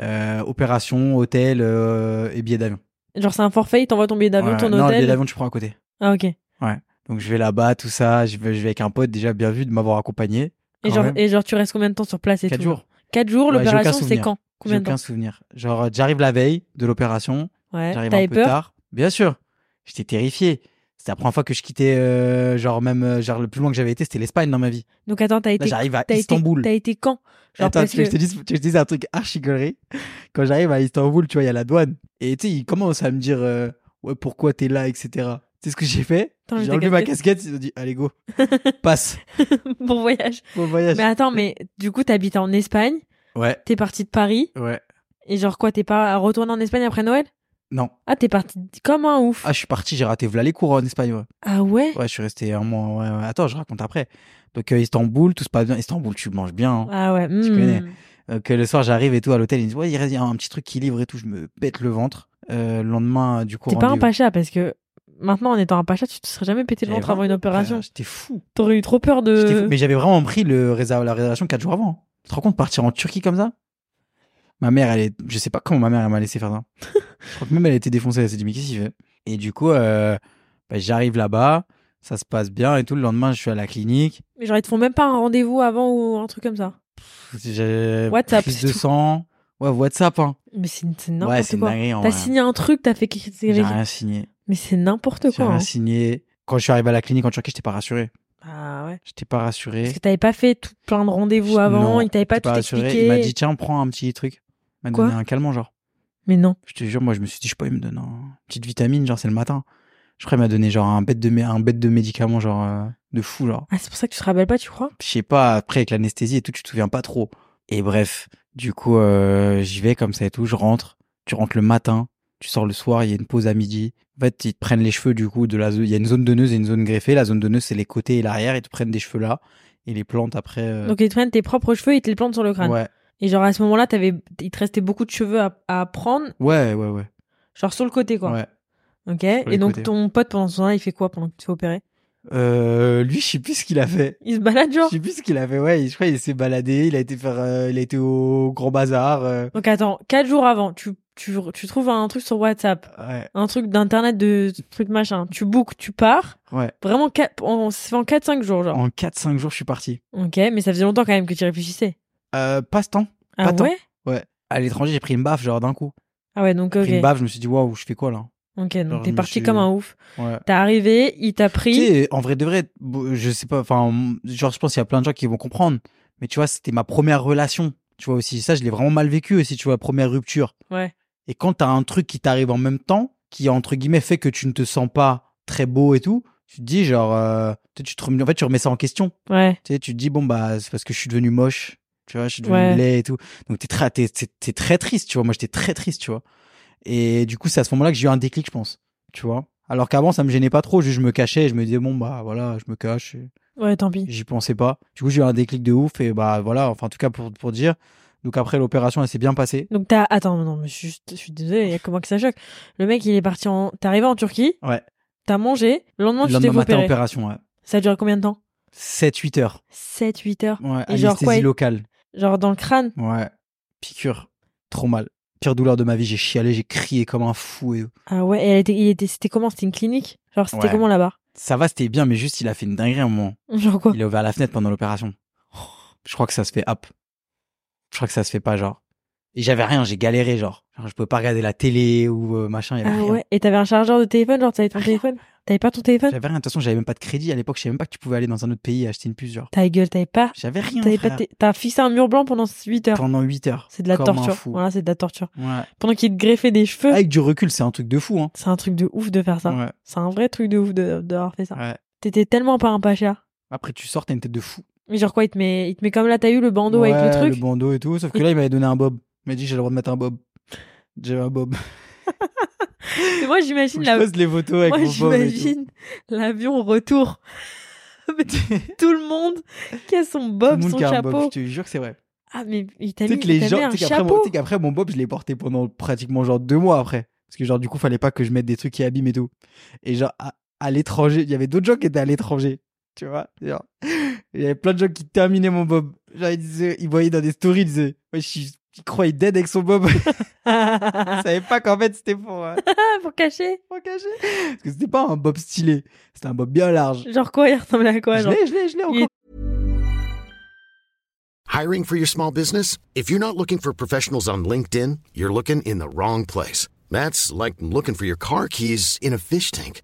Speaker 2: euh, opération, hôtel euh, et billet d'avion.
Speaker 1: pris Genre c'est un forfait, ils t'envoient ton billet d'avion,
Speaker 2: Ouais,
Speaker 1: ton
Speaker 2: non, le billet
Speaker 1: hôtel.
Speaker 2: d'avion, tu prends à côté.
Speaker 1: Ah ok. Et
Speaker 2: Donc je vais là-bas, tout ça, je vais, je vais avec un pote déjà bien vu de m'avoir accompagné. Quand
Speaker 1: genre,
Speaker 2: même.
Speaker 1: et genre tu restes combien de temps sur place et
Speaker 2: 4
Speaker 1: tout
Speaker 2: jours,
Speaker 1: 4 jours,
Speaker 2: Ouais, j'ai aucun
Speaker 1: l'opération c'est
Speaker 2: souvenir.
Speaker 1: quand
Speaker 2: j'ai
Speaker 1: Combien de temps
Speaker 2: aucun souvenir. Genre euh, j'arrive la veille de l'opération,
Speaker 1: Ouais,
Speaker 2: j'arrive
Speaker 1: t'avais
Speaker 2: un peu
Speaker 1: peur
Speaker 2: tard. Bien sûr, j'étais terrifié. C'était la première fois que je quittais, euh, genre même euh, genre le plus loin que j'avais été, c'était l'Espagne dans ma vie.
Speaker 1: Donc attends, t'as
Speaker 2: Là
Speaker 1: été,
Speaker 2: j'arrive à
Speaker 1: t'as été,
Speaker 2: Istanbul.
Speaker 1: t'as été quand Genre
Speaker 2: Attends,
Speaker 1: parce
Speaker 2: tu veux
Speaker 1: que
Speaker 2: que je te dise, tu veux que je te dise un truc archi connerie Quand j'arrive à Istanbul, tu vois, il y a la douane. Et tu sais, ils commencent à me dire, euh, ouais, pourquoi t'es là, etc. Tu sais ce que j'ai fait
Speaker 1: Attends,
Speaker 2: J'ai
Speaker 1: j'ai
Speaker 2: enlevé
Speaker 1: ta
Speaker 2: ma casquette, ils ont dit, allez go, passe,
Speaker 1: bon voyage.
Speaker 2: bon voyage.
Speaker 1: Mais attends, mais du coup t'habites en Espagne,
Speaker 2: Ouais,
Speaker 1: t'es parti de Paris
Speaker 2: ouais,
Speaker 1: et genre quoi, t'es pas retourné en Espagne après Noël
Speaker 2: non.
Speaker 1: Ah t'es parti comme un ouf.
Speaker 2: Ah, je suis parti, j'ai raté voilà les cours en Espagne. Ouais,
Speaker 1: Ah ouais
Speaker 2: Ouais, je suis resté un mois. ouais, ouais. Attends, je raconte après. Donc, euh, Istanbul, tout se passe bien. Istanbul, tu manges bien. hein.
Speaker 1: Ah ouais. hmm.
Speaker 2: connais. Euh, que le soir, j'arrive et tout à l'hôtel. Ils me disent, ouais, il reste- il y a un petit truc qui livre et tout. Je me pète le ventre. Euh, le lendemain, euh, du coup,
Speaker 1: T'es pas un
Speaker 2: rendez-vous.
Speaker 1: pacha parce que maintenant en étant un pacha, tu te serais jamais pété le
Speaker 2: J'avais
Speaker 1: ventre avant une
Speaker 2: vraiment-
Speaker 1: opération.
Speaker 2: Frère, J'étais fou.
Speaker 1: T'aurais eu trop peur
Speaker 2: J'étais
Speaker 1: de.
Speaker 2: fou. Mais j'avais vraiment pris le réserv- la réservation 4 jours avant. hein. Tu te rends compte, partir en Turquie comme ça Ma mère, elle est. Je sais pas comment ma mère, elle m'a laissé faire ça. je crois que même elle était défoncée. Elle s'est dit, mais qu'est-ce qu'il fait Et du coup, euh, bah, j'arrive là-bas. Ça se passe bien et tout. Le lendemain, je suis à la clinique.
Speaker 1: Mais genre ils te font même pas un rendez-vous avant ou un truc comme ça.
Speaker 2: J'ai
Speaker 1: WhatsApp,
Speaker 2: plus
Speaker 1: c'est
Speaker 2: de
Speaker 1: tout.
Speaker 2: sang. Ouais, WhatsApp. Hein.
Speaker 1: Mais c'est c'est
Speaker 2: Ouais,
Speaker 1: n'importe
Speaker 2: c'est une
Speaker 1: quoi.
Speaker 2: dinguerie. en
Speaker 1: T'as
Speaker 2: vrai.
Speaker 1: signé un truc, t'as fait quelque
Speaker 2: J'ai
Speaker 1: chose.
Speaker 2: rien signé.
Speaker 1: Mais c'est n'importe
Speaker 2: J'ai
Speaker 1: quoi.
Speaker 2: rien
Speaker 1: hein.
Speaker 2: signé. Quand je suis arrivé à la clinique en Turquie, j'étais pas rassuré.
Speaker 1: Ah ouais.
Speaker 2: J'étais pas rassuré.
Speaker 1: Parce que t'avais pas fait tout plein de rendez-vous
Speaker 2: Je-
Speaker 1: avant,
Speaker 2: non,
Speaker 1: il t'avait pas
Speaker 2: j'étais
Speaker 1: tout expliqué.
Speaker 2: Il m'a dit, tiens, prends un petit truc. Il m'a
Speaker 1: Quoi
Speaker 2: donné un calmant, genre.
Speaker 1: Mais non.
Speaker 2: Je te jure, moi, je me suis dit, je sais pas, il me donne une petite vitamine, genre, c'est le matin. Je crois qu'il m'a donné, genre, un bête de, mé- un bête de médicaments, genre, euh, de fou, genre.
Speaker 1: Ah, c'est pour ça que tu te rappelles pas, tu crois
Speaker 2: Je sais pas, après, avec l'anesthésie et tout, tu te souviens pas trop. Et bref, du coup, euh, j'y vais comme ça et tout, je rentre. Tu rentres le matin, tu sors le soir, il y a une pause à midi. En fait, ils te prennent les cheveux, du coup, de la zo- il y a une zone donneuse et une zone greffée. La zone donneuse, c'est les côtés et l'arrière, ils te prennent des cheveux là. Et les plantes après. euh,
Speaker 1: Donc ils te prennent tes propres cheveux, ils te les plantent sur le crâne.
Speaker 2: ouais.
Speaker 1: Et genre à ce moment-là, t'avais, il te restait beaucoup de cheveux à, à prendre,
Speaker 2: ouais, ouais, ouais.
Speaker 1: genre sur le côté quoi.
Speaker 2: ouais.
Speaker 1: Ok.
Speaker 2: les
Speaker 1: Et donc
Speaker 2: côtés.
Speaker 1: ton pote pendant ce temps-là, il fait quoi pendant que tu te fais opérer
Speaker 2: Euh, lui, je sais plus ce qu'il a fait.
Speaker 1: Il se balade
Speaker 2: Je
Speaker 1: genre.
Speaker 2: sais plus ce qu'il a fait. Ouais, je crois qu'il s'est baladé. Il a été faire, euh, il a été au grand bazar. euh,
Speaker 1: Donc attends, quatre jours avant, tu, tu, tu trouves un truc sur WhatsApp,
Speaker 2: ouais,
Speaker 1: un truc d'internet de truc machin. Tu bookes, tu pars.
Speaker 2: ouais.
Speaker 1: Vraiment, quatre- on se fait en 4-5 jours genre.
Speaker 2: En 4-5 jours, je suis parti.
Speaker 1: Ok, mais ça faisait longtemps quand même que tu y réfléchissais.
Speaker 2: Euh, pas ce temps.
Speaker 1: Ah
Speaker 2: Pas tant.
Speaker 1: ouais
Speaker 2: À l'étranger, j'ai pris une baffe, genre d'un coup.
Speaker 1: Ah ouais, donc
Speaker 2: J'ai
Speaker 1: ok.
Speaker 2: Pris une baffe, je me suis dit, waouh, je fais quoi là
Speaker 1: Ok,
Speaker 2: Genre,
Speaker 1: donc
Speaker 2: je
Speaker 1: t'es
Speaker 2: me
Speaker 1: parti
Speaker 2: suis-
Speaker 1: comme un ouf.
Speaker 2: Ouais.
Speaker 1: T'es arrivé, il t'a
Speaker 2: Tu
Speaker 1: pris.
Speaker 2: sais, en vrai de vrai, bon, je sais pas, enfin, genre, je pense qu'il y a plein de gens qui vont comprendre. Mais tu vois, c'était ma première relation. Tu vois aussi, ça, je l'ai vraiment mal vécu aussi, tu vois, première rupture.
Speaker 1: Ouais.
Speaker 2: Et quand t'as un truc qui t'arrive en même temps, qui entre guillemets fait que tu ne te sens pas très beau et tout, tu te dis genre, euh, tu, sais, tu te remets, en fait, tu remets ça en question.
Speaker 1: Ouais.
Speaker 2: Tu sais, tu te dis bon bah c'est parce que je suis devenu moche, Tu vois, je suis devenu
Speaker 1: Ouais.
Speaker 2: laid et tout. Donc, t'es très, t'es, t'es- t'es très triste, tu vois. Moi, j'étais très triste, tu vois. Et du coup, c'est à ce moment-là que j'ai eu un déclic, je pense. Tu vois. Alors qu'avant, ça me gênait pas trop. Juste, je me cachais et je me disais, bon, bah, voilà, je me cache. et
Speaker 1: Ouais, tant pis.
Speaker 2: J'y pensais pas. Du coup, j'ai eu un déclic de ouf et bah, voilà. Enfin, en tout cas, pour, pour dire. Donc, après, l'opération, elle s'est bien passée.
Speaker 1: Donc t'as attends non mais je suis, je suis désolée, il y a comment que ça choque. Le mec il est parti en t'es arrivé en Turquie.
Speaker 2: Ouais.
Speaker 1: T'as mangé, le lendemain
Speaker 2: Le
Speaker 1: tu t'es
Speaker 2: lendemain
Speaker 1: fait
Speaker 2: matin,
Speaker 1: opérer.
Speaker 2: opération, ouais.
Speaker 1: Ça a duré combien de temps
Speaker 2: 7-8 heures.
Speaker 1: 7 8 heures.
Speaker 2: Ouais,
Speaker 1: Et genre
Speaker 2: anesthésie
Speaker 1: quoi, il-
Speaker 2: locale.
Speaker 1: Genre dans le crâne.
Speaker 2: Ouais. Piqûre. Trop mal. Pire douleur de ma vie. J'ai chialé, j'ai crié comme un fou. Et...
Speaker 1: Ah ouais, et elle était il était c'était comment C'était une clinique Genre c'était
Speaker 2: Ouais.
Speaker 1: comment là-bas
Speaker 2: Ça va, c'était bien, mais juste, il a fait une dinguerie à un moment.
Speaker 1: Genre quoi
Speaker 2: Il a ouvert la fenêtre pendant l'opération.
Speaker 1: Oh.
Speaker 2: Je crois que ça se fait hop. Je crois que ça se fait pas, genre. Et j'avais rien, j'ai galéré, genre. Genre, Je pouvais pas regarder la télé ou euh, machin, il y avait
Speaker 1: Ah
Speaker 2: rien.
Speaker 1: ouais, et t'avais un chargeur de téléphone, genre t'avais ton téléphone T'avais pas ton téléphone
Speaker 2: J'avais rien, de toute façon, j'avais même pas de crédit à l'époque, je savais même pas que tu pouvais aller dans un autre pays et acheter une puce, genre.
Speaker 1: Ta gueule, t'avais pas
Speaker 2: J'avais rien.
Speaker 1: t'avais pas
Speaker 2: frère.
Speaker 1: de té- t'as fixé un mur blanc pendant 8 heures.
Speaker 2: Pendant 8 heures.
Speaker 1: C'est de la
Speaker 2: comme un
Speaker 1: torture.
Speaker 2: fou.
Speaker 1: Voilà, c'est de la torture.
Speaker 2: Ouais.
Speaker 1: Pendant qu'il te greffait des cheveux,
Speaker 2: Avec du recul, c'est un truc de fou, hein.
Speaker 1: c'est un truc de ouf de faire ça.
Speaker 2: Ouais.
Speaker 1: C'est un vrai truc de ouf de- d'avoir fait ça.
Speaker 2: ouais.
Speaker 1: T'étais tellement pas un pacha.
Speaker 2: Après, tu sors, t'as une tête de fou.
Speaker 1: Mais genre quoi, il te met, il te met comme là, t'as eu le bandeau
Speaker 2: ouais,
Speaker 1: avec le truc.
Speaker 2: bandeau et tout. Sauf que là, il m'avait donné un bob. Il m'a dit, j'ai le droit de mettre un bob. J'avais un bob.
Speaker 1: Et moi, j'imagine
Speaker 2: Faut que
Speaker 1: la...
Speaker 2: Je pose les photos avec
Speaker 1: moi,
Speaker 2: mon bob. et tout.
Speaker 1: j'imagine l'avion au retour. Mais tout le monde qui a son
Speaker 2: Tout le
Speaker 1: bob,
Speaker 2: monde
Speaker 1: son
Speaker 2: qui a un bob,
Speaker 1: chapeau.
Speaker 2: je te jure que c'est vrai.
Speaker 1: Ah, mais il t'a
Speaker 2: Tu
Speaker 1: mis,
Speaker 2: sais que les
Speaker 1: il t'a mis
Speaker 2: gens,
Speaker 1: un
Speaker 2: tu sais qu'après, mon-
Speaker 1: chapeau.
Speaker 2: tu sais qu'après, mon bob, je l'ai porté pendant pratiquement genre deux mois après. Parce que genre, du coup, fallait pas que je mette des trucs qui abîment et tout. Et genre, à, à l'étranger, il y avait d'autres gens qui étaient à l'étranger. Tu vois, genre, il y avait plein de gens qui terminaient mon bob. Genre, ils disaient, ils voyaient dans des stories, ils disaient, ouais, je suis, ils croyaient dead avec son bob. Ils savaient pas qu'en fait, c'était pour, euh,
Speaker 1: Pour cacher.
Speaker 2: pour cacher. Parce que c'était pas un bob stylé. C'était un bob bien large.
Speaker 1: Genre quoi, il ressemblait à quoi
Speaker 2: je
Speaker 1: genre
Speaker 2: l'ai, je l'ai, je l'ai encore.
Speaker 1: Il-
Speaker 3: Hiring for your small business? If you're not looking for professionals on LinkedIn, you're looking in the wrong place. That's like looking for your car keys in a fish tank.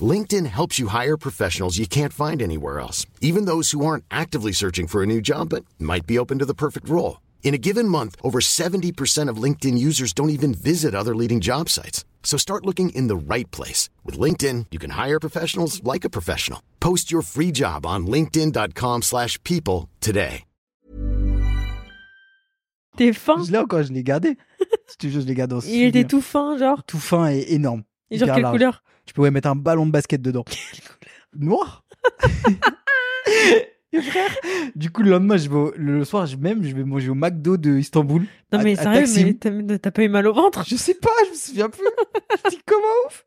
Speaker 3: LinkedIn helps you hire professionals you can't find anywhere else, even those who aren't actively searching for a new job but might be open to the perfect role. In a given month, over 70% of LinkedIn users don't even visit other leading job sites. So start looking in the right place. With LinkedIn, you can hire professionals like a professional. Post your free job on linkedin.com/people slash people today.
Speaker 1: T'es fin.
Speaker 2: Je l'ai encore, je l'ai gardé. C'est toujours, je l'ai gardé en
Speaker 1: Il était tout fin, genre.
Speaker 2: tout fin et énorme.
Speaker 1: Et genre
Speaker 2: Hyper
Speaker 1: quelle
Speaker 2: large.
Speaker 1: couleur
Speaker 2: Tu pouvais mettre un ballon de basket dedans. Noir Et frère, du coup, le lendemain, je vais au- le soir, je, même, je vais manger au McDo de Istanbul.
Speaker 1: Non
Speaker 2: À-
Speaker 1: mais
Speaker 2: à
Speaker 1: sérieux,
Speaker 2: Taksim.
Speaker 1: mais t'as- t'as pas eu mal au ventre
Speaker 2: Je sais pas, je me souviens plus. je dis comment ouf